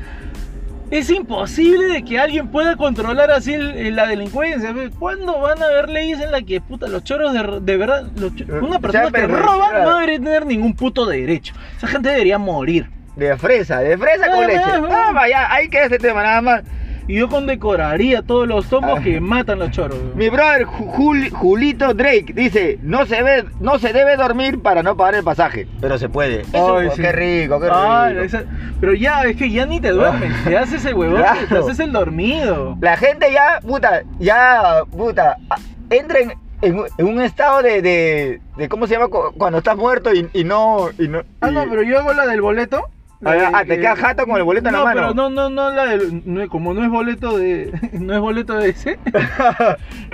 [SPEAKER 2] es imposible de que alguien pueda controlar así el- el- la delincuencia. ve. ¿Cuándo van a haber leyes en las que, puta, los choros de, de verdad, los cho-
[SPEAKER 1] Eh,
[SPEAKER 2] una persona
[SPEAKER 1] ya,
[SPEAKER 2] que
[SPEAKER 1] pero-
[SPEAKER 2] roba no
[SPEAKER 1] claro.
[SPEAKER 2] debería tener ningún puto derecho? Esa gente debería morir.
[SPEAKER 1] De fresa, de fresa
[SPEAKER 2] Nada
[SPEAKER 1] con leche.
[SPEAKER 2] más, weón.
[SPEAKER 1] Ah, vaya, ahí queda este tema, nada más.
[SPEAKER 2] Y yo condecoraría a todos los tombos
[SPEAKER 1] Ah.
[SPEAKER 2] que matan los choros. ve.
[SPEAKER 1] Mi brother Ju- Jul- Julito Drake dice, no se ve, no se debe dormir para no pagar el pasaje. Pero se puede. Eso,
[SPEAKER 2] Ay,
[SPEAKER 1] oh,
[SPEAKER 2] sí.
[SPEAKER 1] Qué rico, qué rico.
[SPEAKER 2] Ah, esa- pero ya, es que ya ni te duermes, te haces el huevón,
[SPEAKER 1] Claro.
[SPEAKER 2] te haces el dormido.
[SPEAKER 1] La gente ya, puta, ya, puta, a- entra en, en un- en un estado de, de, de, ¿cómo se llama? Cu- Cuando estás muerto y, y no... Y no
[SPEAKER 2] Ah, no,
[SPEAKER 1] y-
[SPEAKER 2] pero yo hago la del boleto.
[SPEAKER 1] Ah,
[SPEAKER 2] la
[SPEAKER 1] ya,
[SPEAKER 2] de
[SPEAKER 1] ah, te
[SPEAKER 2] que-
[SPEAKER 1] quedas jato con el boleto en la
[SPEAKER 2] no,
[SPEAKER 1] mano.
[SPEAKER 2] Pero no, no, no, la del, no, como no es boleto de, no es boleto de ese,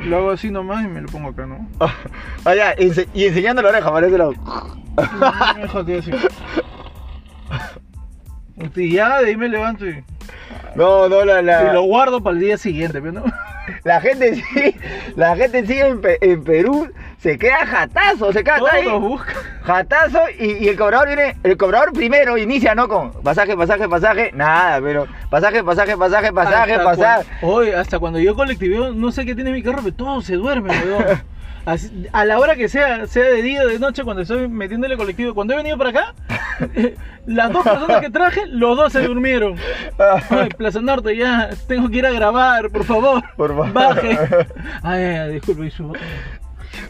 [SPEAKER 2] lo hago así nomás y me lo pongo acá, ¿no?
[SPEAKER 1] Ah, ya, ense- y enseñando la oreja, parece lo...
[SPEAKER 2] Me dejo así, así. Y ya, de ahí me levanto y,
[SPEAKER 1] No, no, la...
[SPEAKER 2] y
[SPEAKER 1] La,
[SPEAKER 2] lo guardo para el día siguiente, pero no.
[SPEAKER 1] la gente sí, la gente sí en, Pe- en Perú se queda jatazo, se queda ahí.
[SPEAKER 2] Todos buscan.
[SPEAKER 1] Jatazo y, y el cobrador viene, el cobrador primero inicia, ¿no? Con pasaje, pasaje, pasaje, nada, pero pasaje, pasaje, pasaje, pasaje,
[SPEAKER 2] Hasta
[SPEAKER 1] pasaje.
[SPEAKER 2] cuan- Oye, hasta cuando yo colectivo, no sé qué tiene mi carro, pero todo se duerme, weón. Así- a la hora que sea, sea de día o de noche, cuando estoy metiéndole colectivo, cuando he venido para acá, eh, las dos personas que traje, los dos se durmieron. Ay, Plaza Norte, ya, tengo que ir a grabar, por favor.
[SPEAKER 1] Por favor.
[SPEAKER 2] Baje. Ay, ay, ay, disculpe, y su-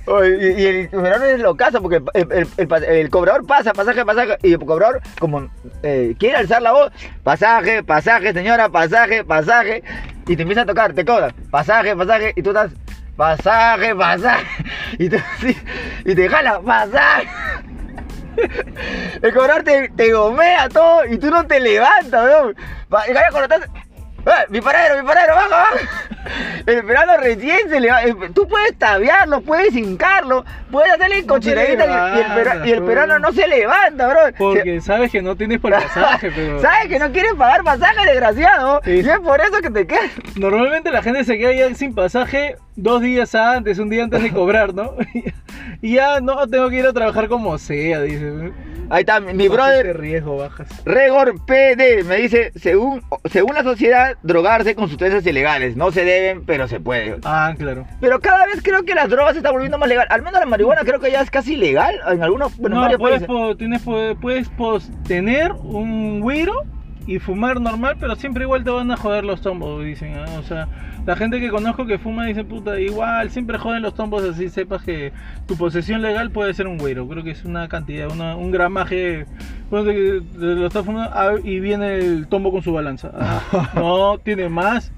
[SPEAKER 1] Oye, y, y el cobrador es lo casa porque el, el- el- el pa- el cobrador pasa, pasaje, pasaje, y el cobrador como eh, quiere alzar la voz, pasaje, pasaje, señora, pasaje, pasaje, y te empieza a tocar, te cobra, pasaje, pasaje, y tú estás, pasaje, pasaje. Y te, sí, y te jala, pasaje. El cobrador te, te gomea todo y tú no te levantas, weón. Pa- El carajo lo estás- ¡Eh, mi paradero, mi paradero, baja, baja. El peruano recién se le va. el- Tú puedes tabiarlo, puedes hincarlo, puedes hacerle
[SPEAKER 2] te
[SPEAKER 1] cochineadita y, y el pera- y el
[SPEAKER 2] levantas,
[SPEAKER 1] peruano
[SPEAKER 2] weón.
[SPEAKER 1] no se levanta, bro. Se-
[SPEAKER 2] Porque sabes que no tienes por pasaje, pero.
[SPEAKER 1] Sabes que no quieren pagar pasaje, desgraciado.
[SPEAKER 2] Sí.
[SPEAKER 1] Y es por eso que te quedas.
[SPEAKER 2] Normalmente la gente se queda ya sin pasaje dos días antes, un día antes de cobrar, ¿no? y ya no tengo que ir a trabajar como sea, dice.
[SPEAKER 1] Ahí está, mi mi
[SPEAKER 2] Bajas
[SPEAKER 1] brother.
[SPEAKER 2] de riesgo bajas.
[SPEAKER 1] Regor PD me dice, según, según la sociedad, drogarse con sustancias ilegales. No se deben, pero se puede.
[SPEAKER 2] Ah, claro.
[SPEAKER 1] Pero cada vez creo que las drogas se están volviendo más legal. Al menos la marihuana creo que ya es casi legal en algunos bueno, en
[SPEAKER 2] no,
[SPEAKER 1] varios
[SPEAKER 2] pues, puedes,
[SPEAKER 1] países.
[SPEAKER 2] po- tienes, po- puedes pos- tener un güiro y fumar normal, pero siempre igual te van a joder los tombos, dicen. ¿ah? O sea, la gente que conozco que fuma dice, puta, igual, siempre joden los tombos, así sepas que tu posesión legal puede ser un güiro. Creo que es una cantidad, una- un gramaje. ponte que te lo estás fumando ah, y viene el tombo con su balanza. Ah, no, tiene más.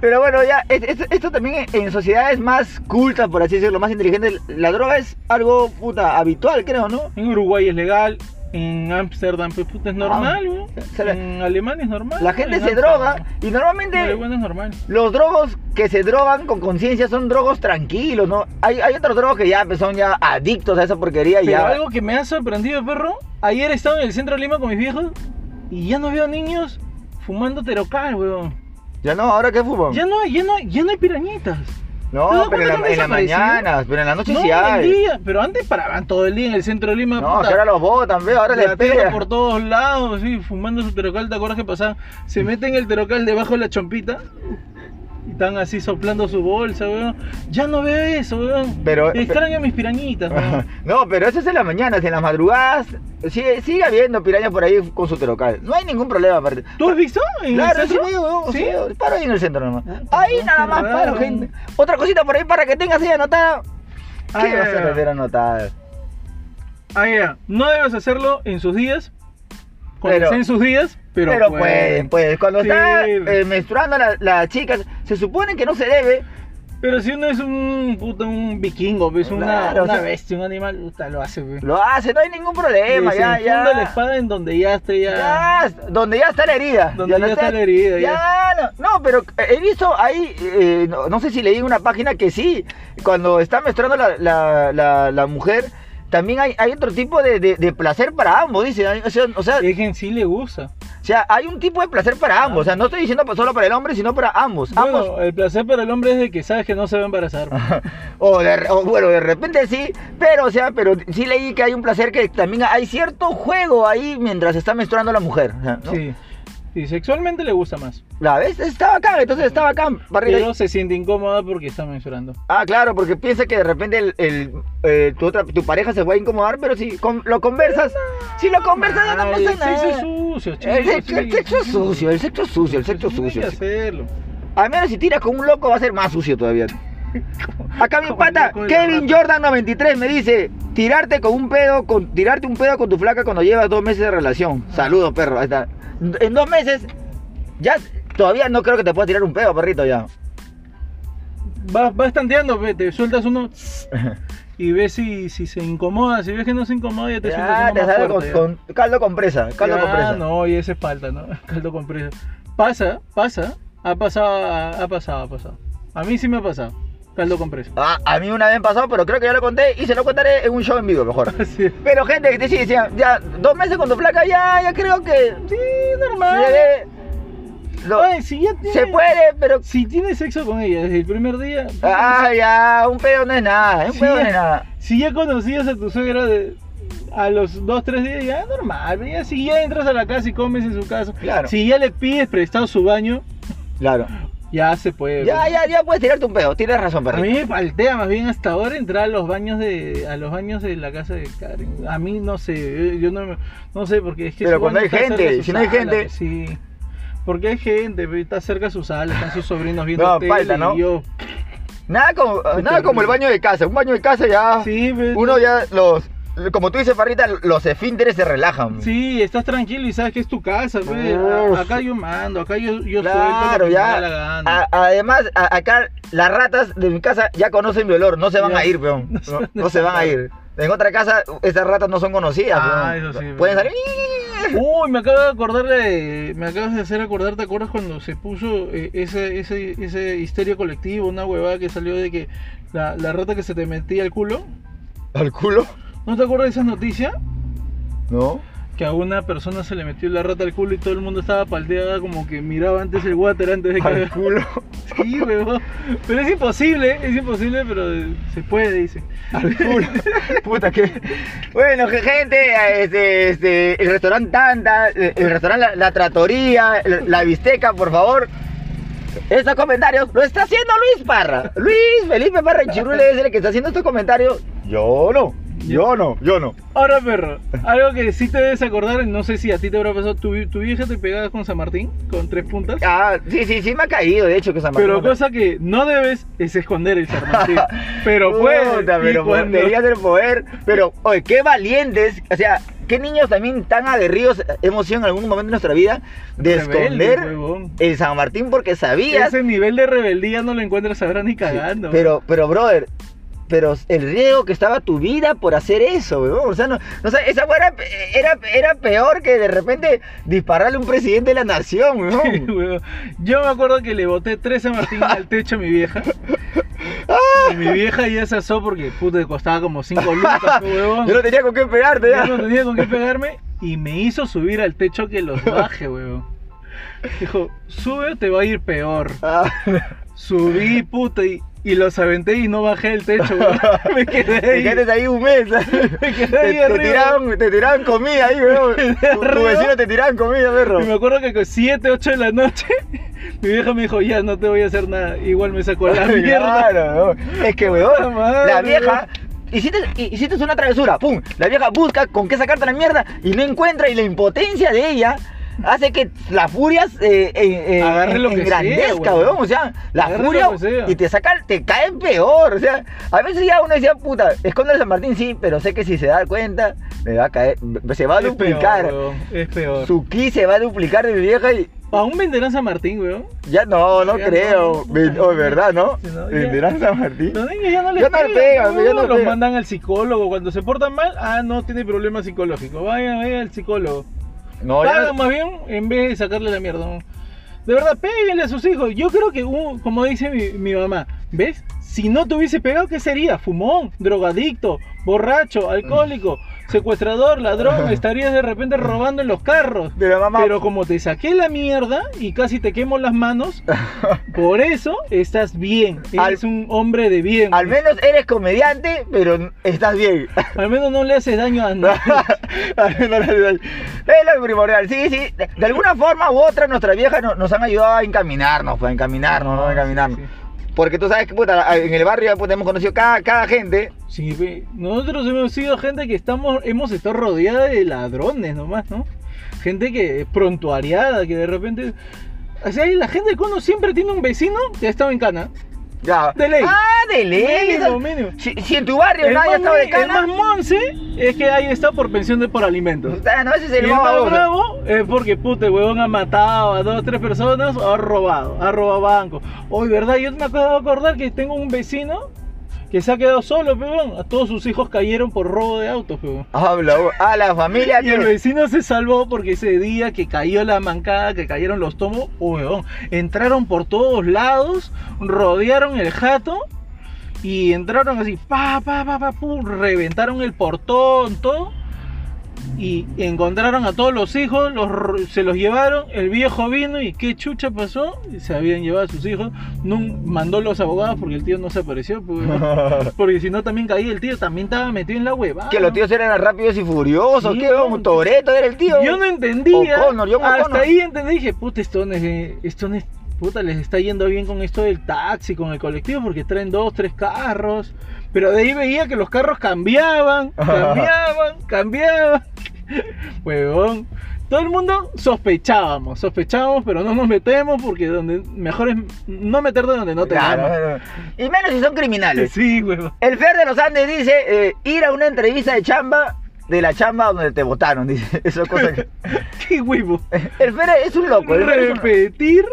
[SPEAKER 1] Pero bueno, ya, es- es- esto también en sociedades más cultas, por así decirlo, más inteligentes, la droga es algo puta habitual, creo, ¿no?
[SPEAKER 2] En Uruguay es legal, en Ámsterdam, pues puta, es normal, ¿no?
[SPEAKER 1] Ah, se la-
[SPEAKER 2] En Alemania es normal.
[SPEAKER 1] La gente
[SPEAKER 2] en
[SPEAKER 1] se
[SPEAKER 2] Ámsterdam,
[SPEAKER 1] droga y normalmente...
[SPEAKER 2] Pero bueno, es normal.
[SPEAKER 1] Los drogos que se drogan con conciencia son drogos tranquilos, ¿no? Hay, hay otros drogos que ya pues, son ya adictos a esa porquería y
[SPEAKER 2] Pero
[SPEAKER 1] ya.
[SPEAKER 2] algo que me ha sorprendido, perro. Ayer estaba en el centro de Lima con mis viejos y ya no veo niños fumando terocal, weón.
[SPEAKER 1] Ya no, ahora qué fútbol.
[SPEAKER 2] Ya no hay, ya no hay, ya no hay pirañitas. ¿Te
[SPEAKER 1] No,
[SPEAKER 2] das
[SPEAKER 1] pero en la,
[SPEAKER 2] cuenta que han
[SPEAKER 1] en la
[SPEAKER 2] desaparecido?
[SPEAKER 1] mañana, pero en la noche
[SPEAKER 2] no,
[SPEAKER 1] sí
[SPEAKER 2] en el
[SPEAKER 1] hay.
[SPEAKER 2] día, pero antes paraban todo el día en el centro de Lima.
[SPEAKER 1] No,
[SPEAKER 2] puta,
[SPEAKER 1] que ahora los botan, veo, ahora les
[SPEAKER 2] la tierra
[SPEAKER 1] pega.
[SPEAKER 2] por todos lados, sí, fumando su terocal, ¿te acuerdas que pasaban?
[SPEAKER 1] Mm.
[SPEAKER 2] Se meten el terocal debajo de la chompita y están así soplando su bolsa, weón. Ya no veo eso, weón.
[SPEAKER 1] Pero-
[SPEAKER 2] Extraño a mis pirañitas, weón.
[SPEAKER 1] No, pero eso es en las mañanas, en las madrugadas. Sigue, sigue habiendo pirañas por ahí con su terocal. No hay ningún problema aparte.
[SPEAKER 2] ¿Tú has visto? en el
[SPEAKER 1] Claro, sí,
[SPEAKER 2] centro?
[SPEAKER 1] veo,
[SPEAKER 2] ¿Sí?
[SPEAKER 1] veo, sí, paro ahí en el centro nomás.
[SPEAKER 2] Ah,
[SPEAKER 1] Ahí
[SPEAKER 2] qué
[SPEAKER 1] nada más
[SPEAKER 2] raro.
[SPEAKER 1] paro, gente. Otra cosita por ahí para que tengas ahí anotada. ¿Qué
[SPEAKER 2] Ay,
[SPEAKER 1] vas
[SPEAKER 2] ay,
[SPEAKER 1] a
[SPEAKER 2] ay.
[SPEAKER 1] tener anotada?
[SPEAKER 2] Ah, ya. No debes hacerlo en sus días. Cuando
[SPEAKER 1] Pero-
[SPEAKER 2] sea en sus días, pero,
[SPEAKER 1] Pero,
[SPEAKER 2] pueden.
[SPEAKER 1] pueden, pueden. Cuando
[SPEAKER 2] Sí.
[SPEAKER 1] está eh, menstruando la- las chicas, se supone que no se debe.
[SPEAKER 2] Pero si uno es un puta, un vikingo, es una,
[SPEAKER 1] Claro,
[SPEAKER 2] una
[SPEAKER 1] o sea-
[SPEAKER 2] bestia, un animal, puta, lo hace, pues. güey.
[SPEAKER 1] Lo hace, no hay ningún problema. Ya, ya.
[SPEAKER 2] Desenfunda la espada en donde ya esté ya.
[SPEAKER 1] Ya, donde ya está la herida.
[SPEAKER 2] Donde ya está la herida,
[SPEAKER 1] Ya, No, no, pero he visto ahí, eh, no, no sé si leí en una página que sí, cuando está menstruando la, la- la- la mujer, también hay, hay otro tipo de, de- de placer para ambos, dice. O sea, o sea,
[SPEAKER 2] Es que en sí le gusta.
[SPEAKER 1] o sea, hay un tipo de placer para ambos. O sea, no estoy diciendo solo para el hombre, sino para ambos. ambos
[SPEAKER 2] Bueno, el placer para el hombre es de que sabes que no se va a embarazar. pues,
[SPEAKER 1] O, de- o bueno, de repente sí, pero o sea, pero sí leí que hay un placer que también hay cierto juego ahí mientras está menstruando la mujer. o sea, ¿no?
[SPEAKER 2] Sí. Sí, sexualmente le gusta más.
[SPEAKER 1] La ves, estaba acá, entonces estaba acá. barriga.
[SPEAKER 2] Pero se siente incómoda porque está mensurando.
[SPEAKER 1] Ah, claro, porque piensa que de repente el, el, eh, tu, otra, tu pareja se va a incomodar, pero si con- lo conversas, si lo conversas no,
[SPEAKER 2] Ay,
[SPEAKER 1] pasa
[SPEAKER 2] El
[SPEAKER 1] nada. Eh,
[SPEAKER 2] sexo es sucio, chicos.
[SPEAKER 1] El sexo- el
[SPEAKER 2] sí.
[SPEAKER 1] sexo es sucio, el sexo es sucio, el sexo es
[SPEAKER 2] No hay que
[SPEAKER 1] sucio.
[SPEAKER 2] hacerlo.
[SPEAKER 1] Al menos si tiras con un loco va a ser más sucio todavía. Acá mi
[SPEAKER 2] Como
[SPEAKER 1] pata,
[SPEAKER 2] loco de la
[SPEAKER 1] Kevin
[SPEAKER 2] rata.
[SPEAKER 1] Jordan 93 me dice, tirarte con un pedo, con, tirarte un pedo con tu flaca cuando llevas dos meses de relación.
[SPEAKER 2] Ah.
[SPEAKER 1] Saludos, perro. Ahí está. En dos meses, ya todavía no creo que te pueda tirar un pedo, perrito, ya.
[SPEAKER 2] Vas, vas tanteando, ve, te sueltas uno y ves si, si se incomoda. Si ves que no se incomoda, ya te
[SPEAKER 1] Ya,
[SPEAKER 2] sueltas uno
[SPEAKER 1] te
[SPEAKER 2] más
[SPEAKER 1] sale
[SPEAKER 2] fuerte. eh.
[SPEAKER 1] con, con caldo con presa, caldo
[SPEAKER 2] ya,
[SPEAKER 1] con presa.
[SPEAKER 2] no, y ese es falta, ¿no? Caldo con presa. Pasa, pasa. Ha pasado, ha pasado, ha pasado. A mí sí me ha pasado. Caldo con presa.
[SPEAKER 1] Ah, a mí una vez pasó, pero creo que ya lo conté y se lo contaré en un show en vivo mejor.
[SPEAKER 2] Así es.
[SPEAKER 1] Pero gente, que te sí, decía, ya, dos meses con tu flaca, ya, ya creo que...
[SPEAKER 2] Sí,
[SPEAKER 1] se
[SPEAKER 2] normal.
[SPEAKER 1] debe- eh, lo-
[SPEAKER 2] Ay, si ya tiene-
[SPEAKER 1] se puede, pero
[SPEAKER 2] Si tienes sexo con ella desde el primer día.
[SPEAKER 1] Ah, ya, un pedo no es nada, un
[SPEAKER 2] Sí,
[SPEAKER 1] pedo no
[SPEAKER 2] ya.
[SPEAKER 1] es nada.
[SPEAKER 2] Si ya conocías a tu suegra de- a los 2, 3 días, ya normal. ve, Ya, si ya entras a la casa y comes en su casa.
[SPEAKER 1] Claro.
[SPEAKER 2] Si ya le pides prestado su baño,
[SPEAKER 1] Claro.
[SPEAKER 2] ya se puede. pues,
[SPEAKER 1] Ya,
[SPEAKER 2] ve.
[SPEAKER 1] ya, ya puedes tirarte un pedo, tienes razón,
[SPEAKER 2] Eh, A
[SPEAKER 1] perrito.
[SPEAKER 2] mí me paltea más bien hasta ahora entrar a los baños de a los baños de la casa de Karen. A mí no sé, eh, yo no, me- no sé porque es que
[SPEAKER 1] Pero
[SPEAKER 2] ese
[SPEAKER 1] cuando
[SPEAKER 2] baño
[SPEAKER 1] hay
[SPEAKER 2] está cerca
[SPEAKER 1] gente,
[SPEAKER 2] de su
[SPEAKER 1] si no hay
[SPEAKER 2] sala,
[SPEAKER 1] gente.
[SPEAKER 2] ve, Sí. Porque hay gente, ve, está cerca de su sala, están sus sobrinos viendo
[SPEAKER 1] No,
[SPEAKER 2] tele
[SPEAKER 1] falta, ¿no?
[SPEAKER 2] y yo.
[SPEAKER 1] Nada como, nada como el baño de casa, un baño de casa ya.
[SPEAKER 2] Sí, ve,
[SPEAKER 1] Ah, Uno ya los como tú dices, Farrita, los esfínteres se relajan.
[SPEAKER 2] Sí, estás tranquilo y sabes que es tu casa, pe.
[SPEAKER 1] Uf.
[SPEAKER 2] A- Acá yo mando, acá yo, yo suelto lo
[SPEAKER 1] Claro,
[SPEAKER 2] que me da
[SPEAKER 1] ya. Ah,
[SPEAKER 2] la gana.
[SPEAKER 1] A- además, a- acá las ratas de mi casa ya conocen mi olor, no se van
[SPEAKER 2] Ya.
[SPEAKER 1] a ir, peón.
[SPEAKER 2] No se
[SPEAKER 1] No,
[SPEAKER 2] van a
[SPEAKER 1] no se van a ir. En otra casa, esas ratas no son conocidas,
[SPEAKER 2] Ah,
[SPEAKER 1] peón.
[SPEAKER 2] eso sí,
[SPEAKER 1] Pueden
[SPEAKER 2] verdad.
[SPEAKER 1] salir.
[SPEAKER 2] Uy, me acabo de acordar de- Me acabas de hacer acordar, ¿te acuerdas cuando se puso eh, ese, ese, ese histerio colectivo, una huevada que salió de que la, la rata que se te metía al culo?
[SPEAKER 1] ¿Al culo?
[SPEAKER 2] ¿No te acuerdas de esa noticia?
[SPEAKER 1] No.
[SPEAKER 2] Que a una persona se le metió la rata al culo y todo el mundo estaba palteada como que miraba antes el water antes de
[SPEAKER 1] Al
[SPEAKER 2] cagar.
[SPEAKER 1] culo.
[SPEAKER 2] Sí, huevón. Pero es imposible, es imposible, pero eh, se puede, dice.
[SPEAKER 1] Al culo. Puta que. Bueno, que gente, este, este, el restaurante Tanta, eh, el restaurante La, La Tratoría, el- la Bisteca, por favor. Estos comentarios lo está haciendo Luis Parra. Luis Felipe Parra Chirule es el que está haciendo estos comentarios. Yo no, yo no, yo no.
[SPEAKER 2] Ahora, perro, algo que sí te debes acordar, no sé si a ti te habrá pasado, tu, tu vieja te pegaba con San Martín, con tres puntas.
[SPEAKER 1] Ah, sí, sí, sí me ha caído, de hecho, que San
[SPEAKER 2] Pero pues,
[SPEAKER 1] Martín-
[SPEAKER 2] cosa que no debes es esconder el San Martín. Pero pues, fue.
[SPEAKER 1] Puta, pero
[SPEAKER 2] cuando...
[SPEAKER 1] tenías el poder. Pero, oye, qué valientes. O sea, qué niños también tan aguerridos hemos sido en algún momento de nuestra vida de
[SPEAKER 2] Rebelde,
[SPEAKER 1] esconder
[SPEAKER 2] huevón.
[SPEAKER 1] el San Martín porque sabías.
[SPEAKER 2] Ese nivel de rebeldía no lo encuentras ahora ni cagando.
[SPEAKER 1] Pero, pero, brother. Pero el riesgo que estaba tu vida por hacer eso, weón. O sea, no, no sé, esa weá era, era, era peor que de repente dispararle a un presidente de la nación,
[SPEAKER 2] Sí,
[SPEAKER 1] weón.
[SPEAKER 2] huevón. Yo me acuerdo que le boté tres San Martín al techo a mi vieja. Y mi vieja ya se asó porque puta le costaba como cinco lucas, huevón.
[SPEAKER 1] Yo no tenía con qué pegarte, ya.
[SPEAKER 2] Yo no tenía con qué pegarme y me hizo subir al techo que los baje, huevón. Dijo, sube o te va a ir peor.
[SPEAKER 1] Ah.
[SPEAKER 2] Subí, puta, y, y los aventé y no bajé el techo, huevón. Me quedé
[SPEAKER 1] Te
[SPEAKER 2] ahí.
[SPEAKER 1] quedaste ahí un mes.
[SPEAKER 2] quedé
[SPEAKER 1] te,
[SPEAKER 2] ahí
[SPEAKER 1] te
[SPEAKER 2] arriba.
[SPEAKER 1] tiraban, te tiraban comida ahí, weón.
[SPEAKER 2] Me quedé
[SPEAKER 1] Tu, tu
[SPEAKER 2] arriba.
[SPEAKER 1] vecino te tiraban comida, perro.
[SPEAKER 2] Y me acuerdo que con 7, 8 de la noche, mi vieja me dijo, ya no te voy a hacer nada. Igual me sacó la mierda.
[SPEAKER 1] Claro, weón. Es que, weón,
[SPEAKER 2] madre,
[SPEAKER 1] la vieja. Hiciste, hiciste una travesura, pum. La vieja busca con qué sacarte la mierda y no encuentra. Y la impotencia de ella hace que la furia eh, eh, eh,
[SPEAKER 2] Agarre lo que sea,
[SPEAKER 1] engrandezca,
[SPEAKER 2] weón.
[SPEAKER 1] weón. O sea, la
[SPEAKER 2] Agarre
[SPEAKER 1] furia
[SPEAKER 2] lo que sea.
[SPEAKER 1] y te saca, te cae peor. O sea, a veces ya uno decía, puta, esconde el San Martín, sí, pero sé que si se da cuenta, me va a caer, se va a
[SPEAKER 2] Es peor,
[SPEAKER 1] duplicar.
[SPEAKER 2] huevón, es peor.
[SPEAKER 1] Su ki se va a duplicar de mi vieja y
[SPEAKER 2] ¿Aún venderán San Martín, weón?
[SPEAKER 1] ya no, no
[SPEAKER 2] Ya
[SPEAKER 1] creo.
[SPEAKER 2] no.
[SPEAKER 1] Ven- oh, ¿Verdad, no?
[SPEAKER 2] Sí, no, ya.
[SPEAKER 1] ¿Venderán San Martín?
[SPEAKER 2] Los niños ya no les
[SPEAKER 1] Ya no le pegan, ya no le
[SPEAKER 2] los
[SPEAKER 1] pegan.
[SPEAKER 2] mandan al psicólogo. Cuando se portan mal, ah, no, tiene problemas psicológicos. Vaya, vaya al psicólogo.
[SPEAKER 1] No, ya
[SPEAKER 2] Pagan más bien en vez de sacarle la mierda. De verdad, péguenle a sus hijos. Yo creo que, un- como dice mi, mi mamá, ¿ves? Si no te hubiese pegado, ¿qué sería? Fumón, drogadicto, borracho, alcohólico,
[SPEAKER 1] Mm.
[SPEAKER 2] secuestrador, ladrón. Estarías de repente robando en los carros.
[SPEAKER 1] Pero mamá,
[SPEAKER 2] Pero como te saqué la mierda y casi te quemo las manos, por eso estás bien. Eres
[SPEAKER 1] Al-
[SPEAKER 2] un hombre de bien.
[SPEAKER 1] al menos eres comediante, pero estás bien.
[SPEAKER 2] Al menos no le haces daño a nadie.
[SPEAKER 1] Al menos no le doy. es lo primordial, sí, sí. De, de alguna forma u otra, nuestras viejas no- nos han ayudado a encaminarnos, pues, a encaminarnos, ¿no? A encaminarnos.
[SPEAKER 2] Ah, Sí,
[SPEAKER 1] Porque tú sabes que, puta, en el barrio puta, hemos conocido cada, cada gente.
[SPEAKER 2] Sí, ve, nosotros hemos sido gente que estamos, hemos estado rodeada de ladrones nomás, ¿no? Gente que es prontuariada, que de repente... O sea, y la gente que uno siempre tiene un vecino que ha estado en cana.
[SPEAKER 1] Ya.
[SPEAKER 2] De ley.
[SPEAKER 1] Ah, de ley.
[SPEAKER 2] Mínimo, mínimo.
[SPEAKER 1] Si, si en tu barrio
[SPEAKER 2] El
[SPEAKER 1] nadie ha
[SPEAKER 2] más,
[SPEAKER 1] estado de
[SPEAKER 2] mi- el
[SPEAKER 1] cana,
[SPEAKER 2] más monse es que ahí está por pensión de por alimentos.
[SPEAKER 1] puta, no, ese es
[SPEAKER 2] Y
[SPEAKER 1] el
[SPEAKER 2] el
[SPEAKER 1] más
[SPEAKER 2] más
[SPEAKER 1] baboso.
[SPEAKER 2] bravo es porque, puta, el huevón ha matado a dos, tres personas o ha robado, ha robado bancos. Hoy, ¿verdad? Yo me acabo de acordar que tengo un vecino que se ha quedado solo, peón. A todos sus hijos cayeron por robo de autos, peón.
[SPEAKER 1] Habla, güey. a la familia
[SPEAKER 2] Y el
[SPEAKER 1] que-
[SPEAKER 2] vecino se salvó porque ese día que cayó la mancada, que cayeron los tomos, oh, huevón, entraron por todos lados, rodearon el jato y entraron así, pa, pa, pa, pa, pum, reventaron el portón, todo. Y encontraron a todos los hijos, los r- se los llevaron, el viejo vino y qué chucha pasó, y se habían llevado a sus hijos, no, mandó los abogados porque el tío no se apareció, pues, huevón. porque si no también caía el tío, también estaba metido en la huevada.
[SPEAKER 1] que los tíos eran rápidos y furiosos.
[SPEAKER 2] Sí,
[SPEAKER 1] que
[SPEAKER 2] no.
[SPEAKER 1] un Toreto era el tío.
[SPEAKER 2] Yo no entendía.
[SPEAKER 1] O'Connor, John
[SPEAKER 2] hasta
[SPEAKER 1] O'Connor.
[SPEAKER 2] ahí entendí, dije, puta, esto no es- eh, esto no es- puta, les está yendo bien con esto del taxi, con el colectivo, porque traen dos, tres carros. Pero de ahí veía que los carros cambiaban, cambiaban, cambiaban. Huevón. todo el mundo sospechábamos, sospechábamos, pero no nos metemos porque donde mejor es no meterte donde no te
[SPEAKER 1] Claro,
[SPEAKER 2] aman.
[SPEAKER 1] claro. Y menos si son criminales.
[SPEAKER 2] Sí, huevón.
[SPEAKER 1] El Fer de los Andes dice, eh, ir a una entrevista de chamba, de la chamba donde te votaron, dice. Eso es cosa que...
[SPEAKER 2] Qué huevo.
[SPEAKER 1] El Fer es un loco. el Fer es un-
[SPEAKER 2] Repetir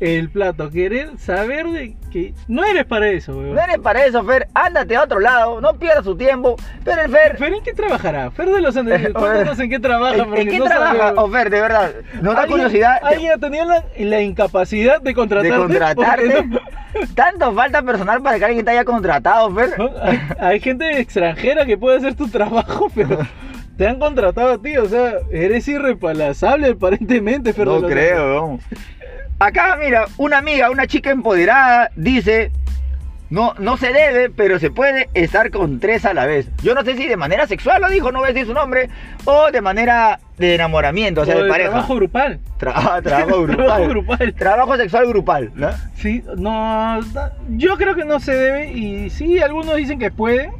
[SPEAKER 2] el plato, querer saber de que no eres para eso, huevón.
[SPEAKER 1] No eres para eso, Fer. Ándate a otro lado, no pierdas su tiempo. Pero el Fer...
[SPEAKER 2] ¿Fer en qué trabajará? Fer de los Andes, cuéntanos en qué trabaja.
[SPEAKER 1] ¿En,
[SPEAKER 2] porque
[SPEAKER 1] en qué
[SPEAKER 2] no
[SPEAKER 1] trabaja,
[SPEAKER 2] sabemos.
[SPEAKER 1] oh, Fer? De verdad. No da
[SPEAKER 2] ¿Alguien-
[SPEAKER 1] curiosidad. te-
[SPEAKER 2] Alguien ha tenido la, la incapacidad de
[SPEAKER 1] de
[SPEAKER 2] contratarte.
[SPEAKER 1] contratarte.
[SPEAKER 2] porque
[SPEAKER 1] Tanto falta personal para que alguien te haya contratado, Fer.
[SPEAKER 2] no- no, hay, hay gente extranjera que puede hacer tu trabajo, pero te han contratado a ti. O sea, eres irreemplazable aparentemente, Fer de los Andes.
[SPEAKER 1] vamos. Acá, mira, una amiga, una chica empoderada, dice. No, no se debe, pero se puede estar con tres a la vez. Yo no sé si de manera sexual lo dijo, no voy a decir su nombre, o de manera de enamoramiento, o sea,
[SPEAKER 2] O
[SPEAKER 1] de
[SPEAKER 2] de
[SPEAKER 1] pareja.
[SPEAKER 2] trabajo grupal.
[SPEAKER 1] Tra- ah, trabajo grupal.
[SPEAKER 2] Trabajo grupal.
[SPEAKER 1] Trabajo sexual grupal, ¿no?
[SPEAKER 2] Sí, no, da- yo creo que no se debe y sí, algunos dicen que pueden,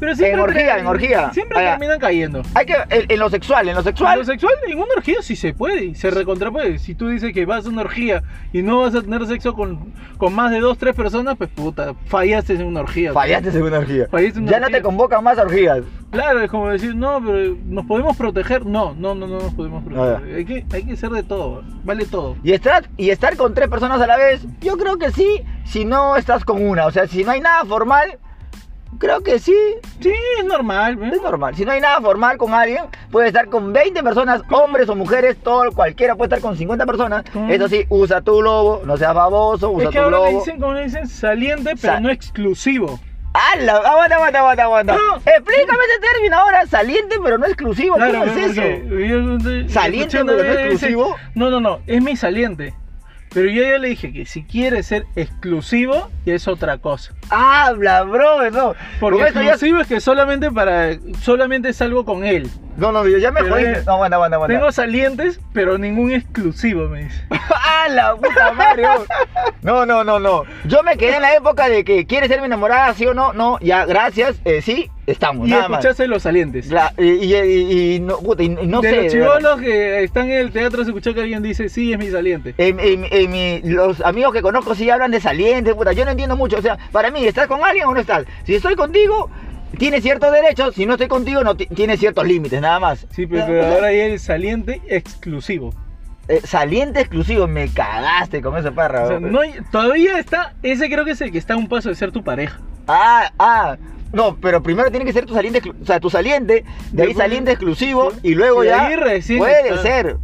[SPEAKER 2] pero siempre...
[SPEAKER 1] En orgía,
[SPEAKER 2] terminan-
[SPEAKER 1] en orgía.
[SPEAKER 2] Siempre
[SPEAKER 1] Allá.
[SPEAKER 2] terminan cayendo.
[SPEAKER 1] Hay que, en, en lo sexual, en lo
[SPEAKER 2] En
[SPEAKER 1] sexual.
[SPEAKER 2] Lo sexual, en una orgía sí se puede, y se recontra puede. Si tú dices que vas a una orgía y no vas a tener sexo con, con más de dos, tres personas, pues puta, fallaste en una orgía.
[SPEAKER 1] Fallaste en una orgía.
[SPEAKER 2] Fallaste en una
[SPEAKER 1] ya no
[SPEAKER 2] orgía.
[SPEAKER 1] te convocan más a orgías.
[SPEAKER 2] Claro, es como decir, no, pero nos podemos proteger. No, no, no, no nos podemos
[SPEAKER 1] Ah,
[SPEAKER 2] proteger. Hay que, hay que ser de todo, vale todo.
[SPEAKER 1] Y estar, y estar con tres personas a la vez, yo creo que sí, si no estás con una. O sea, si no hay nada formal, creo que sí,
[SPEAKER 2] Sí, es normal, ¿eh? ¿ves?
[SPEAKER 1] es normal. Si no hay nada formal con alguien, puede estar con 20 personas, hombres o mujeres, todo, cualquiera puede estar con 50 personas.
[SPEAKER 2] Mm.
[SPEAKER 1] Eso sí, usa tu lobo, no seas baboso, usa
[SPEAKER 2] Es que
[SPEAKER 1] tu
[SPEAKER 2] ahora le
[SPEAKER 1] lobo.
[SPEAKER 2] dicen, como le dicen, saliente, pero
[SPEAKER 1] Sa-
[SPEAKER 2] no exclusivo.
[SPEAKER 1] ¡Hala! Aguanta, aguanta, aguanta, aguanta.
[SPEAKER 2] No.
[SPEAKER 1] Explícame ese término ahora, saliente pero no exclusivo.
[SPEAKER 2] Claro,
[SPEAKER 1] ¿Cómo es
[SPEAKER 2] porque
[SPEAKER 1] eso?
[SPEAKER 2] yo- yo-
[SPEAKER 1] ¿Saliente,
[SPEAKER 2] escuchando
[SPEAKER 1] pero no
[SPEAKER 2] a ella, dice,
[SPEAKER 1] exclusivo?
[SPEAKER 2] no, no, no, es mi saliente. Pero yo ya le dije que si quiere ser exclusivo, ya es otra cosa.
[SPEAKER 1] Habla, bro, no.
[SPEAKER 2] Porque
[SPEAKER 1] Con esto ya-
[SPEAKER 2] exclusivo es que solamente para solamente salgo con él.
[SPEAKER 1] No, no, yo ya me
[SPEAKER 2] Pero
[SPEAKER 1] jodiste.
[SPEAKER 2] es-
[SPEAKER 1] No, aguanta, aguanta, aguanta.
[SPEAKER 2] Tengo salientes, pero ningún exclusivo, me dice.
[SPEAKER 1] ¡Ah, la puta madre! vos! No, no, no, no. Yo me quedé en la época de que quieres ser mi enamorada, sí o no, no, ya, gracias, eh, sí, estamos,
[SPEAKER 2] Y
[SPEAKER 1] nada más.
[SPEAKER 2] escuchaste los salientes.
[SPEAKER 1] La- y, y- y- y no, puta, y no
[SPEAKER 2] de
[SPEAKER 1] sé.
[SPEAKER 2] los
[SPEAKER 1] de verdad.
[SPEAKER 2] chivolos que están en el teatro se escuchó que alguien dice, sí, es mi saliente.
[SPEAKER 1] En- en- en mi- los amigos que conozco sí hablan de saliente, puta, yo no entiendo mucho. O sea, para mí, ¿estás con alguien o no estás? Si estoy contigo, tienes ciertos derechos, si no estoy contigo, no ti- tienes ciertos límites, nada más.
[SPEAKER 2] Sí, pero,
[SPEAKER 1] Ya,
[SPEAKER 2] pero
[SPEAKER 1] o sea,
[SPEAKER 2] ahora hay el saliente exclusivo.
[SPEAKER 1] eh, saliente exclusivo, me cagaste con ese párrafo.
[SPEAKER 2] O sea, no hay- todavía está, ese creo que es el que está a un paso de ser tu pareja.
[SPEAKER 1] Ah, ah. No, pero primero tiene que ser tu saliente, exclu- o sea, tu saliente, de ahí
[SPEAKER 2] Después-
[SPEAKER 1] saliente exclusivo
[SPEAKER 2] sí.
[SPEAKER 1] y luego
[SPEAKER 2] Y
[SPEAKER 1] ya
[SPEAKER 2] ahí recién
[SPEAKER 1] puede
[SPEAKER 2] está.
[SPEAKER 1] ser.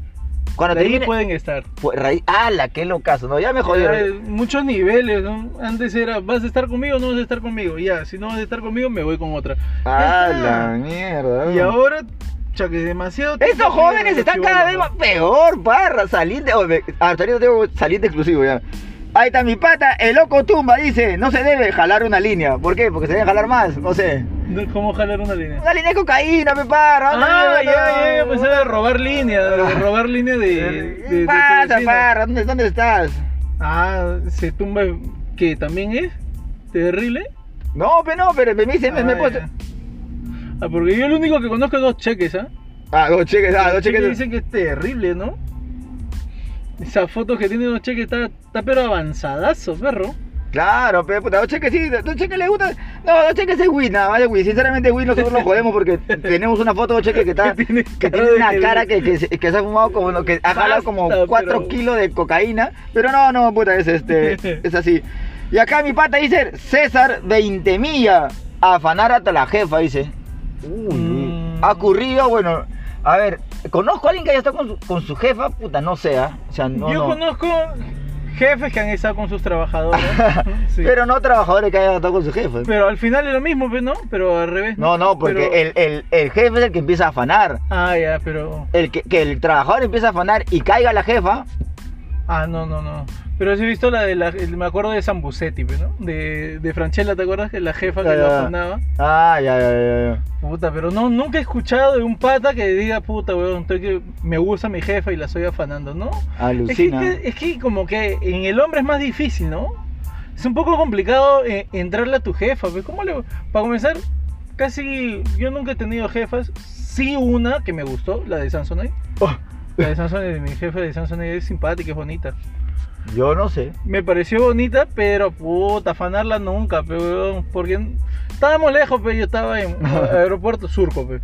[SPEAKER 1] Cuando
[SPEAKER 2] Ahí
[SPEAKER 1] termine,
[SPEAKER 2] pueden estar.
[SPEAKER 1] pues, raíz- ala, qué locazo, no, ya me
[SPEAKER 2] Hay
[SPEAKER 1] jodieron.
[SPEAKER 2] muchos niveles, ¿no? Antes era, ¿vas a estar conmigo o no vas a estar conmigo? Ya, si no vas a estar conmigo, me voy con otra. Ya
[SPEAKER 1] Ah,
[SPEAKER 2] está.
[SPEAKER 1] la mierda.
[SPEAKER 2] Y ahora, chaque demasiado. tiempo
[SPEAKER 1] Estos jóvenes
[SPEAKER 2] tienen
[SPEAKER 1] están
[SPEAKER 2] los
[SPEAKER 1] cada vez
[SPEAKER 2] chibolos,
[SPEAKER 1] más peor, parra, saliente. oh, me- ah, ahorita tengo saliente exclusivo ya. Ahí está mi pata, el loco tumba, dice, no se debe jalar una línea. ¿Por qué? Porque se deben jalar más, no sé.
[SPEAKER 2] ¿no? De ¿Cómo jalar una línea?
[SPEAKER 1] Una línea de cocaína, me parra. no,
[SPEAKER 2] Ah,
[SPEAKER 1] no,
[SPEAKER 2] ya, ya,
[SPEAKER 1] no.
[SPEAKER 2] pues era robar línea, de robar línea de. de- de tu
[SPEAKER 1] Pasa,
[SPEAKER 2] vecino.
[SPEAKER 1] parra, eh, ¿dónde, dónde estás?
[SPEAKER 2] Ah, se tumba, que también es terrible.
[SPEAKER 1] No, pero no, pero me dice, me, me he
[SPEAKER 2] Ah,
[SPEAKER 1] puesto.
[SPEAKER 2] ya. Ah, porque yo lo único que conozco es dos cheques, ¿ah?
[SPEAKER 1] Ah, dos cheques, ah, dos
[SPEAKER 2] Los cheques
[SPEAKER 1] cheques.
[SPEAKER 2] dicen que es terrible, ¿no? Esa foto que tiene los cheques está, está pero avanzadazo, perro.
[SPEAKER 1] Claro, pero puta, dos cheques sí, dos cheques le gusta. No, dos cheques es Wii, nada más de Wii. Sinceramente, Wii nosotros nos jodemos porque tenemos una foto de dos cheques que está.
[SPEAKER 2] Que tiene
[SPEAKER 1] que
[SPEAKER 2] cara
[SPEAKER 1] tiene
[SPEAKER 2] de
[SPEAKER 1] una
[SPEAKER 2] que-
[SPEAKER 1] cara que, que, se- que se ha fumado como. lo que ha jalado
[SPEAKER 2] Basta,
[SPEAKER 1] como 4
[SPEAKER 2] pero-
[SPEAKER 1] kilos de cocaína. Pero no, no, puta, es este. Es así. Y acá mi pata dice: César, 20 millas. Afanar hasta la jefa, dice. Uy,
[SPEAKER 2] Mm.
[SPEAKER 1] ha ocurrido, bueno. A ver, conozco a alguien que haya estado con su, con su jefa, puta, no sea. O sea, no.
[SPEAKER 2] Yo
[SPEAKER 1] no.
[SPEAKER 2] conozco jefes que han estado con sus trabajadores. sí.
[SPEAKER 1] Pero no trabajadores que hayan estado con su jefe.
[SPEAKER 2] Pero al final es lo mismo, pues, ¿no? Pero al revés.
[SPEAKER 1] No, no, porque
[SPEAKER 2] Pero-
[SPEAKER 1] el, el- el jefe es el que empieza a afanar.
[SPEAKER 2] Ah, ya, pero.
[SPEAKER 1] El que, que el trabajador empieza a afanar y caiga la jefa.
[SPEAKER 2] Ah, no, no, no. Pero sí he visto la de la. el- Me acuerdo de Zambucetti, pues, ¿no? De, de Franchella, ¿te acuerdas? Que la jefa
[SPEAKER 1] Ya,
[SPEAKER 2] que
[SPEAKER 1] ya.
[SPEAKER 2] lo afanaba.
[SPEAKER 1] eh, Ah, ya, ya, ya, ya.
[SPEAKER 2] Puta, pero no, nunca he escuchado de un pata que diga, puta, weón, estoy que me gusta mi jefa y la estoy afanando, ¿no? Es que, este,
[SPEAKER 1] Alucina.
[SPEAKER 2] es que como que en el hombre es más difícil, ¿no? Es un poco complicado eh, entrarle a tu jefa. Pues, ¿cómo le... Para comenzar, casi yo nunca he tenido jefas. Sí una que me gustó, la de Samsonite.
[SPEAKER 1] Oh,
[SPEAKER 2] La de Samsung, de mi jefe de Samsung es simpática, es bonita.
[SPEAKER 1] Yo no sé.
[SPEAKER 2] Me pareció bonita, pero puta, afanarla nunca, pe, weón, porque estábamos lejos, pero yo estaba en aeropuerto surco, pe.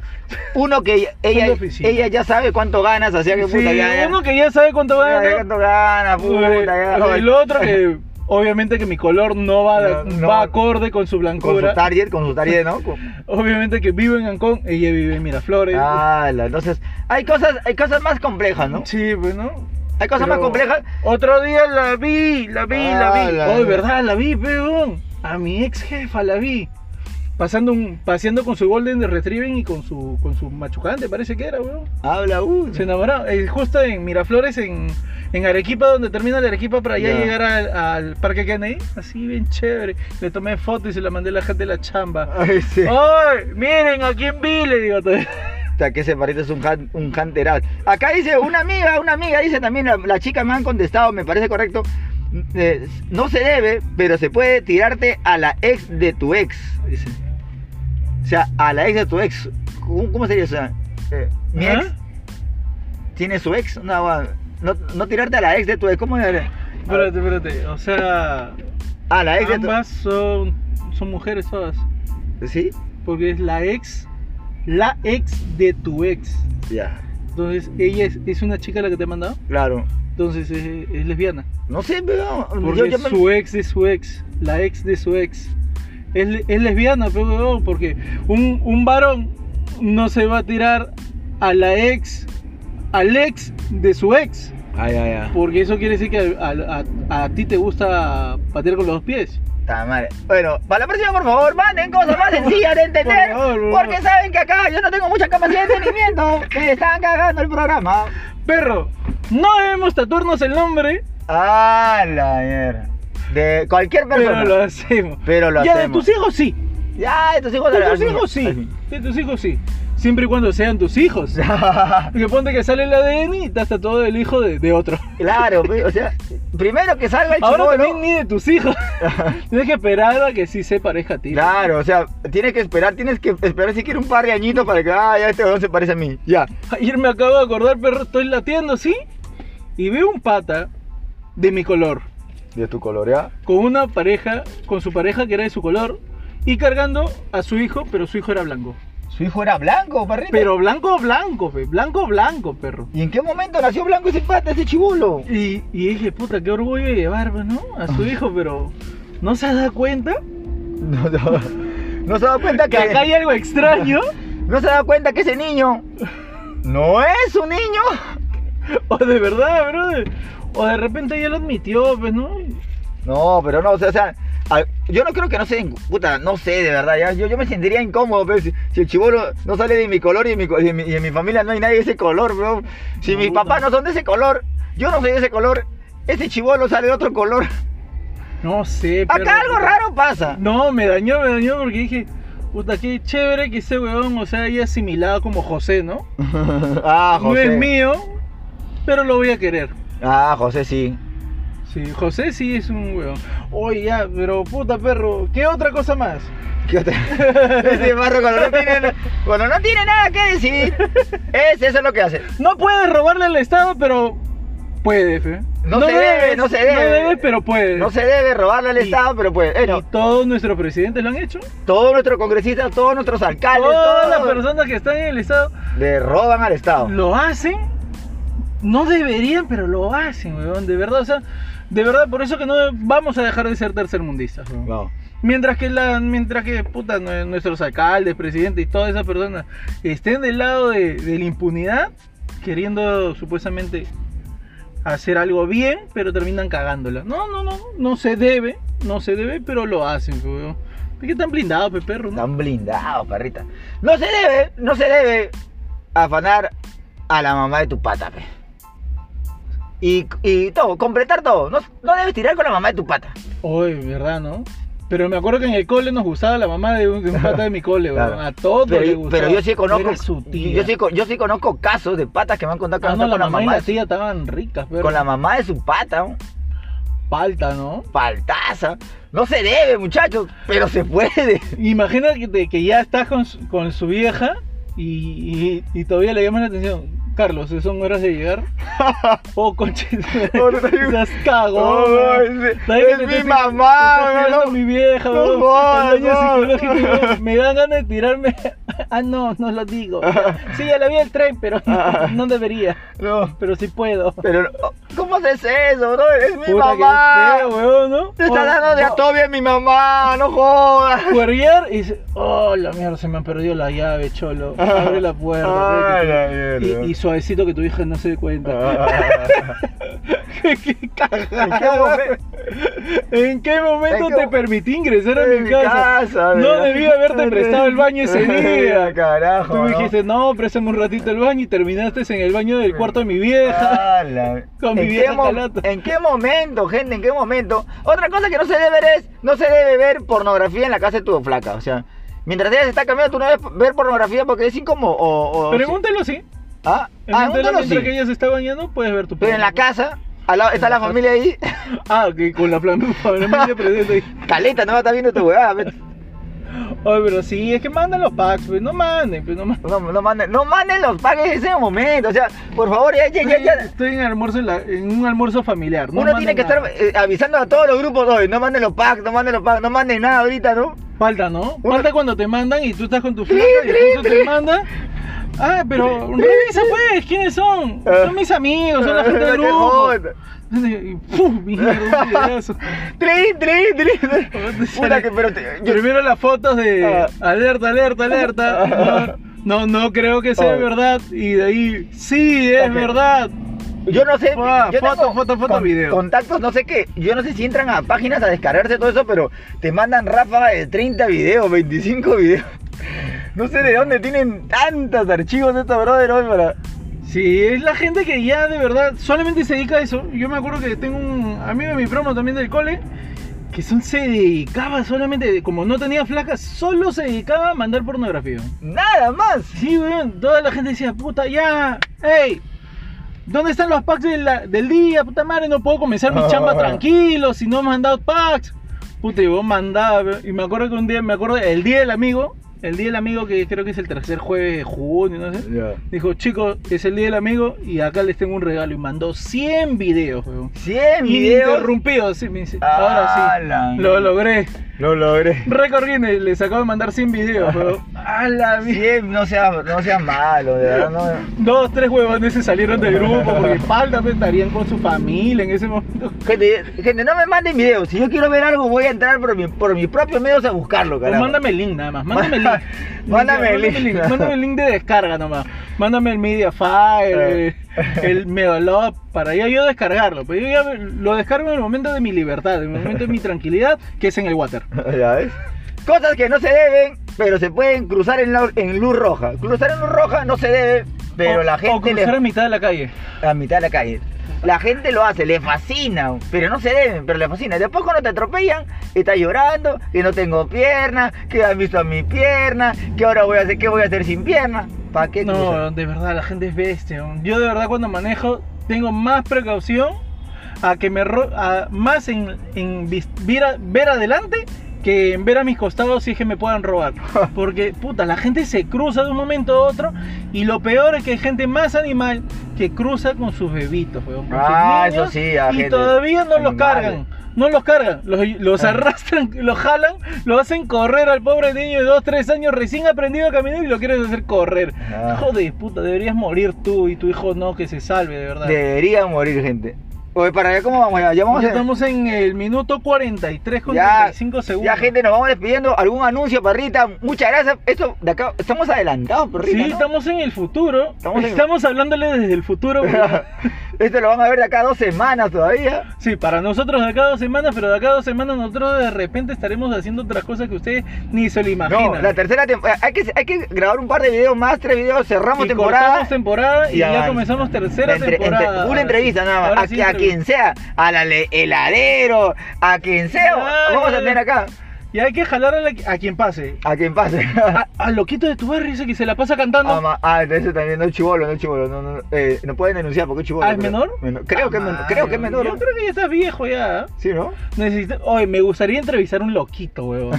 [SPEAKER 1] Uno que ella, ella,
[SPEAKER 2] Una oficina.
[SPEAKER 1] ella ya sabe cuánto ganas, así que puta,
[SPEAKER 2] Sí,
[SPEAKER 1] ya, ya.
[SPEAKER 2] uno que ya sabe cuánto
[SPEAKER 1] Ya, ya
[SPEAKER 2] gana.
[SPEAKER 1] cuánto ganas, puta, ya.
[SPEAKER 2] Eh, El otro que obviamente que mi color no va,
[SPEAKER 1] No, no.
[SPEAKER 2] va acorde con su
[SPEAKER 1] Con
[SPEAKER 2] blancura.
[SPEAKER 1] su target, con su target, ¿no? Con-
[SPEAKER 2] obviamente que vivo en Ancón, ella vive en Miraflores.
[SPEAKER 1] Ah, la- entonces, hay cosas, hay cosas más complejas, ¿no?
[SPEAKER 2] Sí, pues no.
[SPEAKER 1] Hay cosas más
[SPEAKER 2] Pero
[SPEAKER 1] complejas.
[SPEAKER 2] Otro día la vi, la vi,
[SPEAKER 1] Ah,
[SPEAKER 2] la vi.
[SPEAKER 1] la-
[SPEAKER 2] Oh, de verdad, la vi, peón. A mi ex jefa la vi. Pasando un, paseando con su Golden Retriever y con su, con su machucante, parece que era, weón.
[SPEAKER 1] Habla uh. uno.
[SPEAKER 2] Se enamoraba. eh, justo en Miraflores, en, en Arequipa, donde termina la Arequipa para ya
[SPEAKER 1] Ya.
[SPEAKER 2] llegar al, al Parque Kennedy. Así bien chévere. Le tomé fotos y se la mandé a la gente de la chamba.
[SPEAKER 1] Ay, Ah, sí.
[SPEAKER 2] ¡Ay! Miren a quién vi, le digo todavía.
[SPEAKER 1] Puta, que ese parito es un, han- un hunter ass. Acá dice una amiga, una amiga, dice también, la, la chica me han contestado, me parece correcto. eh, no se debe, pero se puede tirarte a la ex de tu ex. Dice. O sea, a la ex de tu ex. ¿Cómo, cómo sería eso? Eh, Mi ex
[SPEAKER 2] ¿Ah?
[SPEAKER 1] tiene su ex. No, bueno, no, no tirarte a la ex de tu ex. ¿Cómo era?
[SPEAKER 2] Espérate, espérate. O sea,
[SPEAKER 1] A la ex de tu
[SPEAKER 2] ambas son, son mujeres todas.
[SPEAKER 1] ¿Sí?
[SPEAKER 2] Porque es la ex, la ex de tu ex.
[SPEAKER 1] Ya.
[SPEAKER 2] Entonces, ella es, es una chica la que te ha mandado.
[SPEAKER 1] Claro.
[SPEAKER 2] Entonces, es, es lesbiana.
[SPEAKER 1] No sé, pero.
[SPEAKER 2] Porque
[SPEAKER 1] yo- yo me-
[SPEAKER 2] su ex de su ex, la ex de su ex. Es, le- es lesbiana, pe, huevón, porque un, un varón no se va a tirar a la ex, al ex de su ex.
[SPEAKER 1] Ay, ay, ay.
[SPEAKER 2] Porque eso quiere decir que a, a- a ti te gusta patear con los dos pies.
[SPEAKER 1] Puta madre. Bueno, para la próxima, por favor, manden cosas más sencillas de entender.
[SPEAKER 2] Por favor, por favor.
[SPEAKER 1] porque saben que acá yo no tengo mucha capacidad de entendimiento. Me están cagando el programa.
[SPEAKER 2] Perro, no debemos tatuarnos el nombre,
[SPEAKER 1] Ah, la mierda. De cualquier persona.
[SPEAKER 2] pero lo hacemos.
[SPEAKER 1] Pero lo
[SPEAKER 2] ya
[SPEAKER 1] hacemos.
[SPEAKER 2] de tus hijos sí.
[SPEAKER 1] Ya, de tus hijos.
[SPEAKER 2] De
[SPEAKER 1] al-
[SPEAKER 2] tus
[SPEAKER 1] al-
[SPEAKER 2] hijos
[SPEAKER 1] al-
[SPEAKER 2] sí. De tus hijos sí. Siempre y cuando sean tus hijos. Porque ponte que sale el ADN y estás tatuado el hijo de, de otro.
[SPEAKER 1] claro, pe, o sea, primero que salga el
[SPEAKER 2] Ahora
[SPEAKER 1] chivolo.
[SPEAKER 2] también ni de tus hijos. Tienes que esperar a que sí se parezca a ti.
[SPEAKER 1] Claro, o sea, tienes que esperar, tienes que esperar siquiera un par de añitos para que, ah, ya este weón se parece a mí. Ya.
[SPEAKER 2] Ayer me acabo de acordar, perro, estoy latiendo, ¿sí? Y veo un pata de mi color,
[SPEAKER 1] De tu color, ya.
[SPEAKER 2] con una pareja, con su pareja que era de su color, y cargando a su hijo, pero su hijo era blanco.
[SPEAKER 1] Su hijo era blanco, parrita.
[SPEAKER 2] Pero blanco, blanco, fe, blanco, blanco, perro.
[SPEAKER 1] ¿Y en qué momento nació blanco ese pata, ese chivolo?
[SPEAKER 2] Y, y dije, puta, qué orgullo de llevar, pues, ¿no? A su hijo, pero ¿no se da cuenta?
[SPEAKER 1] No, no, no se da cuenta
[SPEAKER 2] Que acá hay
[SPEAKER 1] que
[SPEAKER 2] algo extraño.
[SPEAKER 1] no se da cuenta que ese niño no es un niño.
[SPEAKER 2] O de verdad, brother. O de repente ya lo admitió, pues, ¿no?
[SPEAKER 1] No, pero no, o sea, o sea, a- yo no creo que no se den- puta, no sé de verdad, ya, yo, yo me sentiría incómodo, pero si, si el chivolo no sale de mi color y en mi, co- y en mi- y en mi familia no hay nadie de ese color, bro. Si
[SPEAKER 2] No,
[SPEAKER 1] mis
[SPEAKER 2] puta.
[SPEAKER 1] papás no son de ese color, yo no soy de ese color, ese chivolo sale de otro color.
[SPEAKER 2] No sé, pero-
[SPEAKER 1] Acá algo raro pasa.
[SPEAKER 2] No, me dañó, me dañó porque dije, puta, qué chévere que ese weón, o sea, haya asimilado como José, ¿no?
[SPEAKER 1] ah,
[SPEAKER 2] No
[SPEAKER 1] José.
[SPEAKER 2] es mío, pero lo voy a querer.
[SPEAKER 1] Ah, José sí.
[SPEAKER 2] Sí, José sí es un weón. Oye, ya, pero puta perro, ¿qué otra cosa más?
[SPEAKER 1] ¿Qué otra? Ese barro cuando no tiene, cuando no tiene nada que decir, es, eso es lo que hace.
[SPEAKER 2] No puedes robarle al Estado, pero puede, fe.
[SPEAKER 1] No se debe, no se debe.
[SPEAKER 2] No debes, pero puede.
[SPEAKER 1] No se debe robarle al
[SPEAKER 2] Y-
[SPEAKER 1] Estado, pero pues, eh, no,
[SPEAKER 2] Y todos nuestros presidentes lo han hecho.
[SPEAKER 1] todos nuestros congresistas, todos nuestros alcaldes,
[SPEAKER 2] Todas las
[SPEAKER 1] todos
[SPEAKER 2] personas que están en el Estado
[SPEAKER 1] le roban al Estado.
[SPEAKER 2] lo hacen. No deberían, pero lo hacen, weón. De verdad, o sea, de verdad, por eso que no vamos a dejar de ser tercermundistas, weón.
[SPEAKER 1] No.
[SPEAKER 2] Mientras que, la, mientras que puta, nue- nuestros alcaldes, presidentes y todas esas personas estén del lado de, de la impunidad, queriendo supuestamente hacer algo bien, pero terminan cagándola. No, no, no, no se debe, no se debe, pero lo hacen, pe, weón. Es que están blindados, pe, perro, ¿no?
[SPEAKER 1] Están blindados, perrita. No se debe, no se debe afanar a la mamá de tu pata, pe. Y, y todo, completar todo. No, no debes tirar con la mamá de tu pata.
[SPEAKER 2] Oye, verdad, ¿no? Pero me acuerdo que en el cole nos gustaba la mamá de un, de un pata de mi cole, weón.
[SPEAKER 1] Claro.
[SPEAKER 2] Este, A todos
[SPEAKER 1] Pero,
[SPEAKER 2] les
[SPEAKER 1] yo-
[SPEAKER 2] gustaba.
[SPEAKER 1] pero yo sí conozco.
[SPEAKER 2] Era su tía.
[SPEAKER 1] Yo sí, co- yo sí conozco casos de patas que me han contado que
[SPEAKER 2] Ah,
[SPEAKER 1] han
[SPEAKER 2] no,
[SPEAKER 1] estado
[SPEAKER 2] la mamá y la
[SPEAKER 1] de su-
[SPEAKER 2] tía estaban ricas, pero
[SPEAKER 1] con la mamá de su pata, ¿no?
[SPEAKER 2] palta, ¿no?
[SPEAKER 1] faltaza. No se debe, muchachos, pero se puede.
[SPEAKER 2] Imagínate que, te- que ya estás con su, con su vieja y, y- y todavía le llamas la atención. Carlos, son horas de llegar. Oh, coches.
[SPEAKER 1] No, no, no.
[SPEAKER 2] Seas cagón.
[SPEAKER 1] No,
[SPEAKER 2] weón.
[SPEAKER 1] es-
[SPEAKER 2] Está bien
[SPEAKER 1] Oh, es
[SPEAKER 2] que
[SPEAKER 1] mi
[SPEAKER 2] te-
[SPEAKER 1] mamá,
[SPEAKER 2] te- te- te-
[SPEAKER 1] weón,
[SPEAKER 2] te-
[SPEAKER 1] no.
[SPEAKER 2] mi vieja,
[SPEAKER 1] No
[SPEAKER 2] weón.
[SPEAKER 1] jodas,
[SPEAKER 2] El daño
[SPEAKER 1] no.
[SPEAKER 2] psicológico, weón. Me dan ganas de tirarme. Ah, no, no lo digo. Sí, ya la vi el tren, pero no, no debería.
[SPEAKER 1] No.
[SPEAKER 2] Pero sí puedo.
[SPEAKER 1] Pero, oh, ¿cómo haces eso, bro? Es mi
[SPEAKER 2] Puta, qué
[SPEAKER 1] mamá.
[SPEAKER 2] feo, weón, ¿no?
[SPEAKER 1] Te está
[SPEAKER 2] Oh,
[SPEAKER 1] dando de
[SPEAKER 2] no.
[SPEAKER 1] atobia a mi mamá, no jodas.
[SPEAKER 2] Cuerrear y dice, oh la mierda, se me han perdido la llave, cholo. Abre la puerta.
[SPEAKER 1] Ay, Ah. la
[SPEAKER 2] vete tú".
[SPEAKER 1] mierda. Ah.
[SPEAKER 2] y, y suavecito que tu hija no se dé cuenta. ¿Qué
[SPEAKER 1] ¿En qué momento?
[SPEAKER 2] ¿En qué momento
[SPEAKER 1] ¿En qué
[SPEAKER 2] te
[SPEAKER 1] mo-
[SPEAKER 2] permití ingresar a
[SPEAKER 1] En
[SPEAKER 2] mi casa? no
[SPEAKER 1] mira.
[SPEAKER 2] debí haberte prestado el baño ese día.
[SPEAKER 1] Carajo.
[SPEAKER 2] Tú me
[SPEAKER 1] ¿no?
[SPEAKER 2] dijiste, no, préstame un ratito el baño y terminaste en el baño del cuarto de mi vieja.
[SPEAKER 1] Ah, la-
[SPEAKER 2] Con mi
[SPEAKER 1] ¿En, qué
[SPEAKER 2] vieja
[SPEAKER 1] mo-
[SPEAKER 2] calata.
[SPEAKER 1] ¿En qué momento, gente? ¿En qué momento? Otra cosa que no se debe ver es, no se debe ver pornografía en la casa de tu flaca. O sea, mientras ella se está cambiando, tú no debes ver pornografía porque es incómodo. O, o-
[SPEAKER 2] Pregúntalo, sí.
[SPEAKER 1] oh, Ah, ah,
[SPEAKER 2] Pregúntalo
[SPEAKER 1] pregúntalo,
[SPEAKER 2] mientras
[SPEAKER 1] sí.
[SPEAKER 2] que ella se está bañando, puedes ver tu
[SPEAKER 1] Pero en la
[SPEAKER 2] porno.
[SPEAKER 1] casa, al lado- está la familia ahí.
[SPEAKER 2] Ah, que con la flam- familia presente ahí.
[SPEAKER 1] Caleta, no va a estar viendo tu huevada. ve.
[SPEAKER 2] Ay, pero sí, es que mandan los packs, pues no manden, pues no manden.
[SPEAKER 1] No, no manden, no manden los pagues en ese momento. O sea, por favor, ya, ya, ya. ya.
[SPEAKER 2] Estoy en, almuerzo en, la- en un almuerzo familiar. no
[SPEAKER 1] Uno tiene
[SPEAKER 2] manden
[SPEAKER 1] que
[SPEAKER 2] nada.
[SPEAKER 1] estar eh, avisando a todos los grupos hoy, no manden los packs, no manden los packs, no manden nada ahorita, ¿no?
[SPEAKER 2] Falta, ¿no?
[SPEAKER 1] Uno-
[SPEAKER 2] Falta cuando te mandan y tú estás con tu flaca y entonces te mandan. Ah, pero revisa pues, ¿quiénes son?
[SPEAKER 1] Ah.
[SPEAKER 2] Son mis amigos, son la gente
[SPEAKER 1] No
[SPEAKER 2] del
[SPEAKER 1] te
[SPEAKER 2] grupo.
[SPEAKER 1] jodas.
[SPEAKER 2] Y ¡pum! Mierda, un videazo.
[SPEAKER 1] Trin, trin, trin. Puta que, pero te- yo-
[SPEAKER 2] Primero las fotos de
[SPEAKER 1] Ah.
[SPEAKER 2] alerta, alerta, alerta. No, no, no creo que sea
[SPEAKER 1] Ah.
[SPEAKER 2] verdad. Y de ahí, sí, es
[SPEAKER 1] Ok.
[SPEAKER 2] verdad.
[SPEAKER 1] yo no sé.
[SPEAKER 2] Ah,
[SPEAKER 1] yo
[SPEAKER 2] foto,
[SPEAKER 1] tengo
[SPEAKER 2] foto, foto,
[SPEAKER 1] con-
[SPEAKER 2] video.
[SPEAKER 1] Contactos, no sé qué. Yo no sé si entran a páginas a descargarse todo eso, pero te mandan ráfaga de 30 videos, 25 videos. No sé de dónde tienen tantos archivos estos brother hoy para.
[SPEAKER 2] Sí, es la gente que ya de verdad solamente se dedica a eso. Yo me acuerdo que tengo un amigo de mi promo también del cole que son, se dedicaba solamente, como no tenía flacas, solo se dedicaba a mandar pornografía.
[SPEAKER 1] Nada más.
[SPEAKER 2] Sí, weón, toda la gente decía, puta, ya, hey, ¿dónde están los packs de la- del día? Puta madre, no puedo comenzar mi chamba tranquilo si no me han dado packs. Puta, y vos mandaba, weón. y me acuerdo que un día, me acuerdo, el día del amigo, el día del amigo que creo que es el tercer jueves de junio, no sé. Dijo, chicos, es el día del amigo y acá les tengo un regalo. Y mandó 100 videos, weón.
[SPEAKER 1] 100 videos.
[SPEAKER 2] Ininterrumpidos, sí, me dice.
[SPEAKER 1] Ah,
[SPEAKER 2] Ahora
[SPEAKER 1] la-
[SPEAKER 2] sí, lo logré.
[SPEAKER 1] Lo logré.
[SPEAKER 2] Record Guinness, les acabo de mandar 100 videos, weón. A la mierda.
[SPEAKER 1] 100, no seas no sea malo, de verdad. No.
[SPEAKER 2] Dos, tres huevones se salieron del grupo porque falta pues, estarían con su familia en ese momento.
[SPEAKER 1] Gente, gente, no me manden videos. Si yo quiero ver algo, voy a entrar por, mi, por mis propios medios a buscarlo,
[SPEAKER 2] Pues
[SPEAKER 1] carajo.
[SPEAKER 2] mándame el link nada más, mándame el link.
[SPEAKER 1] Mándame el link.
[SPEAKER 2] Mándame el link de descarga nomás. Mándame el Mediafire,
[SPEAKER 1] Eh.
[SPEAKER 2] el, el Megalop, para ya yo descargarlo. Pero yo ya lo descargo en el momento de mi libertad, en el momento de mi tranquilidad, que es en el water.
[SPEAKER 1] ¿Ya ves? Cosas que no se deben, pero se pueden cruzar en, la- en luz roja. Cruzar en luz roja no se debe, pero
[SPEAKER 2] O-
[SPEAKER 1] la
[SPEAKER 2] O
[SPEAKER 1] gente
[SPEAKER 2] cruzar
[SPEAKER 1] le-
[SPEAKER 2] en mitad de la calle.
[SPEAKER 1] a mitad de la calle. La gente lo hace, le fascina, pero no se deben, pero le fascina. Después cuando te atropellan, estás llorando, que no tengo pierna, que han visto a mi pierna, que ahora voy a hacer, ¿qué voy a hacer sin pierna? ¿Para qué cruzar?
[SPEAKER 2] No, de verdad, la gente es bestia. weón. Yo de verdad cuando manejo tengo más precaución a que me ro- a- más en, en vis- vir a- ver adelante que en ver a mis costados si es que me puedan robar. Porque, puta, la gente se cruza de un momento a otro y lo peor es que hay gente más animal que cruza con sus bebitos, weón, con sus
[SPEAKER 1] Ah, eso
[SPEAKER 2] niños,
[SPEAKER 1] sí, a
[SPEAKER 2] Y
[SPEAKER 1] gente-
[SPEAKER 2] todavía no los
[SPEAKER 1] animales.
[SPEAKER 2] cargan. No los cargan, los, los
[SPEAKER 1] Ah.
[SPEAKER 2] arrastran, los jalan, lo hacen correr al pobre niño de 2, 3 años recién aprendido a caminar y lo quieren hacer correr.
[SPEAKER 1] Ah.
[SPEAKER 2] Hijo de puta, deberías morir tú y tu hijo no, que se salve, de verdad.
[SPEAKER 1] Debería morir, gente. Oye, para allá, ¿cómo vamos? Ya, ya vamos
[SPEAKER 2] Ya
[SPEAKER 1] a-
[SPEAKER 2] Estamos en el minuto 43 con
[SPEAKER 1] Ya,
[SPEAKER 2] 35 segundos.
[SPEAKER 1] ya, gente, nos vamos despidiendo. ¿Algún anuncio, perrita? Muchas gracias. Esto de acá, estamos adelantados, perrita.
[SPEAKER 2] Sí,
[SPEAKER 1] ¿no?
[SPEAKER 2] estamos en el futuro. Estamos,
[SPEAKER 1] Estamos en-
[SPEAKER 2] hablándole desde el futuro. porque-
[SPEAKER 1] Esto lo van a ver de acá dos semanas todavía.
[SPEAKER 2] sí, para nosotros de acá dos semanas, pero de acá dos semanas nosotros de repente estaremos haciendo otras cosas que ustedes ni se lo imaginan.
[SPEAKER 1] No, la tercera temporada. Hay que, hay que grabar un par de videos más, tres videos, cerramos
[SPEAKER 2] Y
[SPEAKER 1] temporada.
[SPEAKER 2] cortamos temporada y
[SPEAKER 1] y
[SPEAKER 2] ya
[SPEAKER 1] avanza.
[SPEAKER 2] comenzamos tercera
[SPEAKER 1] La entre-
[SPEAKER 2] temporada.
[SPEAKER 1] entre-
[SPEAKER 2] Ahora
[SPEAKER 1] una entrevista
[SPEAKER 2] sí.
[SPEAKER 1] nada
[SPEAKER 2] Ahora
[SPEAKER 1] más. A,
[SPEAKER 2] sí,
[SPEAKER 1] que- a
[SPEAKER 2] entrevista.
[SPEAKER 1] quien sea, a la le- heladero, a quien sea.
[SPEAKER 2] Ay,
[SPEAKER 1] vamos a
[SPEAKER 2] ay,
[SPEAKER 1] tener
[SPEAKER 2] ay.
[SPEAKER 1] acá.
[SPEAKER 2] Y hay que jalar a, la- a quien pase.
[SPEAKER 1] A quien pase.
[SPEAKER 2] A- Al loquito de tu barrio ese que se la pasa cantando.
[SPEAKER 1] Ah, ma- ah, entonces también no es chivolo, no es chivolo. No, no, eh, no pueden denunciar porque es chivolo.
[SPEAKER 2] ¿Ah, es
[SPEAKER 1] creo.
[SPEAKER 2] menor? Ah,
[SPEAKER 1] Creo, que es menor, creo que es menor. ¿eh?
[SPEAKER 2] Yo
[SPEAKER 1] ¿no?
[SPEAKER 2] creo que ya estás viejo ya.
[SPEAKER 1] Sí, ¿no?
[SPEAKER 2] Necesito... Oye, me gustaría entrevistar a un loquito, huevón.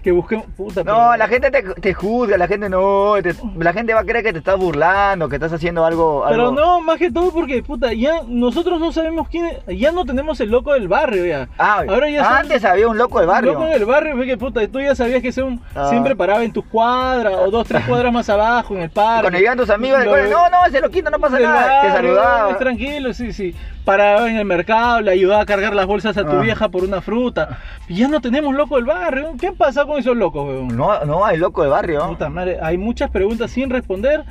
[SPEAKER 2] que busquemos. Puta,
[SPEAKER 1] No, la gente te, te juzga, la gente no, te- la gente va a creer que te estás burlando, que estás haciendo algo...
[SPEAKER 2] Pero
[SPEAKER 1] algo-
[SPEAKER 2] no, más que todo porque, puta, ya nosotros no sabemos quién es- ya no tenemos el loco del barrio, ya.
[SPEAKER 1] Ah,
[SPEAKER 2] Ahora ya son-
[SPEAKER 1] antes había un loco del barrio.
[SPEAKER 2] Loco del barrio, fue que puta, tú ya sabías que ese un-
[SPEAKER 1] Ah.
[SPEAKER 2] siempre paraba en tus cuadras o dos, tres cuadras más abajo, en el parque.
[SPEAKER 1] Cuando llegan tus amigos del
[SPEAKER 2] Lo-
[SPEAKER 1] colegio, no, no, ese loquito no pasa
[SPEAKER 2] del
[SPEAKER 1] nada. Te
[SPEAKER 2] barrio,
[SPEAKER 1] saludaba.
[SPEAKER 2] Tranquilo, sí, sí. Paraba en el mercado, le ayudaba a cargar las bolsas a tu
[SPEAKER 1] Ah.
[SPEAKER 2] vieja por una fruta. Y ya no tenemos loco del barrio. ¿Qué ha pasado con esos locos, weón?
[SPEAKER 1] No, no, hay loco del barrio.
[SPEAKER 2] Puta madre, hay muchas preguntas sin responder.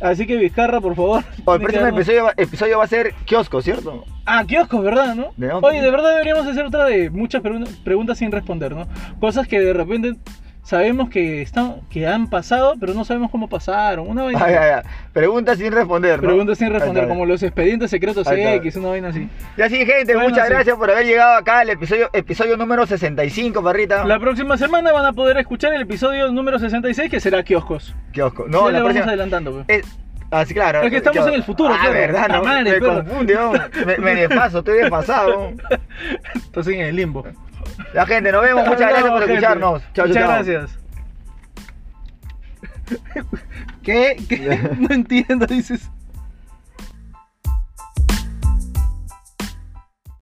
[SPEAKER 2] Así que Vizcarra, por favor.
[SPEAKER 1] O el
[SPEAKER 2] tiene que
[SPEAKER 1] próximo
[SPEAKER 2] darnos-
[SPEAKER 1] episodio, va- episodio va a ser kiosco, ¿cierto?
[SPEAKER 2] Ah, kioscos, ¿verdad? ¿no?
[SPEAKER 1] De-
[SPEAKER 2] Oye, de verdad deberíamos hacer otra de muchas pregun- preguntas sin responder, ¿no? Cosas que de repente sabemos que están, que han pasado, pero no sabemos cómo pasaron. Una vaina.
[SPEAKER 1] Ay,
[SPEAKER 2] así.
[SPEAKER 1] ay, ay. Preguntas sin responder. ¿no?
[SPEAKER 2] Preguntas sin responder,
[SPEAKER 1] Ay, ay.
[SPEAKER 2] como los expedientes secretos
[SPEAKER 1] Ahí está.
[SPEAKER 2] X, una vaina así.
[SPEAKER 1] Y así, gente,
[SPEAKER 2] Bueno,
[SPEAKER 1] muchas
[SPEAKER 2] sí.
[SPEAKER 1] gracias por haber llegado acá al episodio, episodio número 65, parrita.
[SPEAKER 2] La próxima semana van a poder escuchar el episodio número 66, que será kioscos.
[SPEAKER 1] Kiosco.
[SPEAKER 2] No,
[SPEAKER 1] No, la
[SPEAKER 2] le vamos
[SPEAKER 1] próxima.
[SPEAKER 2] adelantando, pues.
[SPEAKER 1] Es, Eh, así, claro.
[SPEAKER 2] Es que estamos
[SPEAKER 1] Kiosco.
[SPEAKER 2] en el futuro,
[SPEAKER 1] Ah,
[SPEAKER 2] claro.
[SPEAKER 1] verdad,
[SPEAKER 2] Puta
[SPEAKER 1] no.
[SPEAKER 2] madre,
[SPEAKER 1] me
[SPEAKER 2] perro.
[SPEAKER 1] confunde, ¿no? me, me despaso, estoy desfasado.
[SPEAKER 2] Entonces en el limbo.
[SPEAKER 1] La gente, nos vemos. Muchas gracias por
[SPEAKER 2] Hablamos, gente.
[SPEAKER 1] escucharnos. Chao, chao,
[SPEAKER 2] Muchas
[SPEAKER 1] chao.
[SPEAKER 2] gracias. ¿Qué? ¿Qué? No entiendo, dices.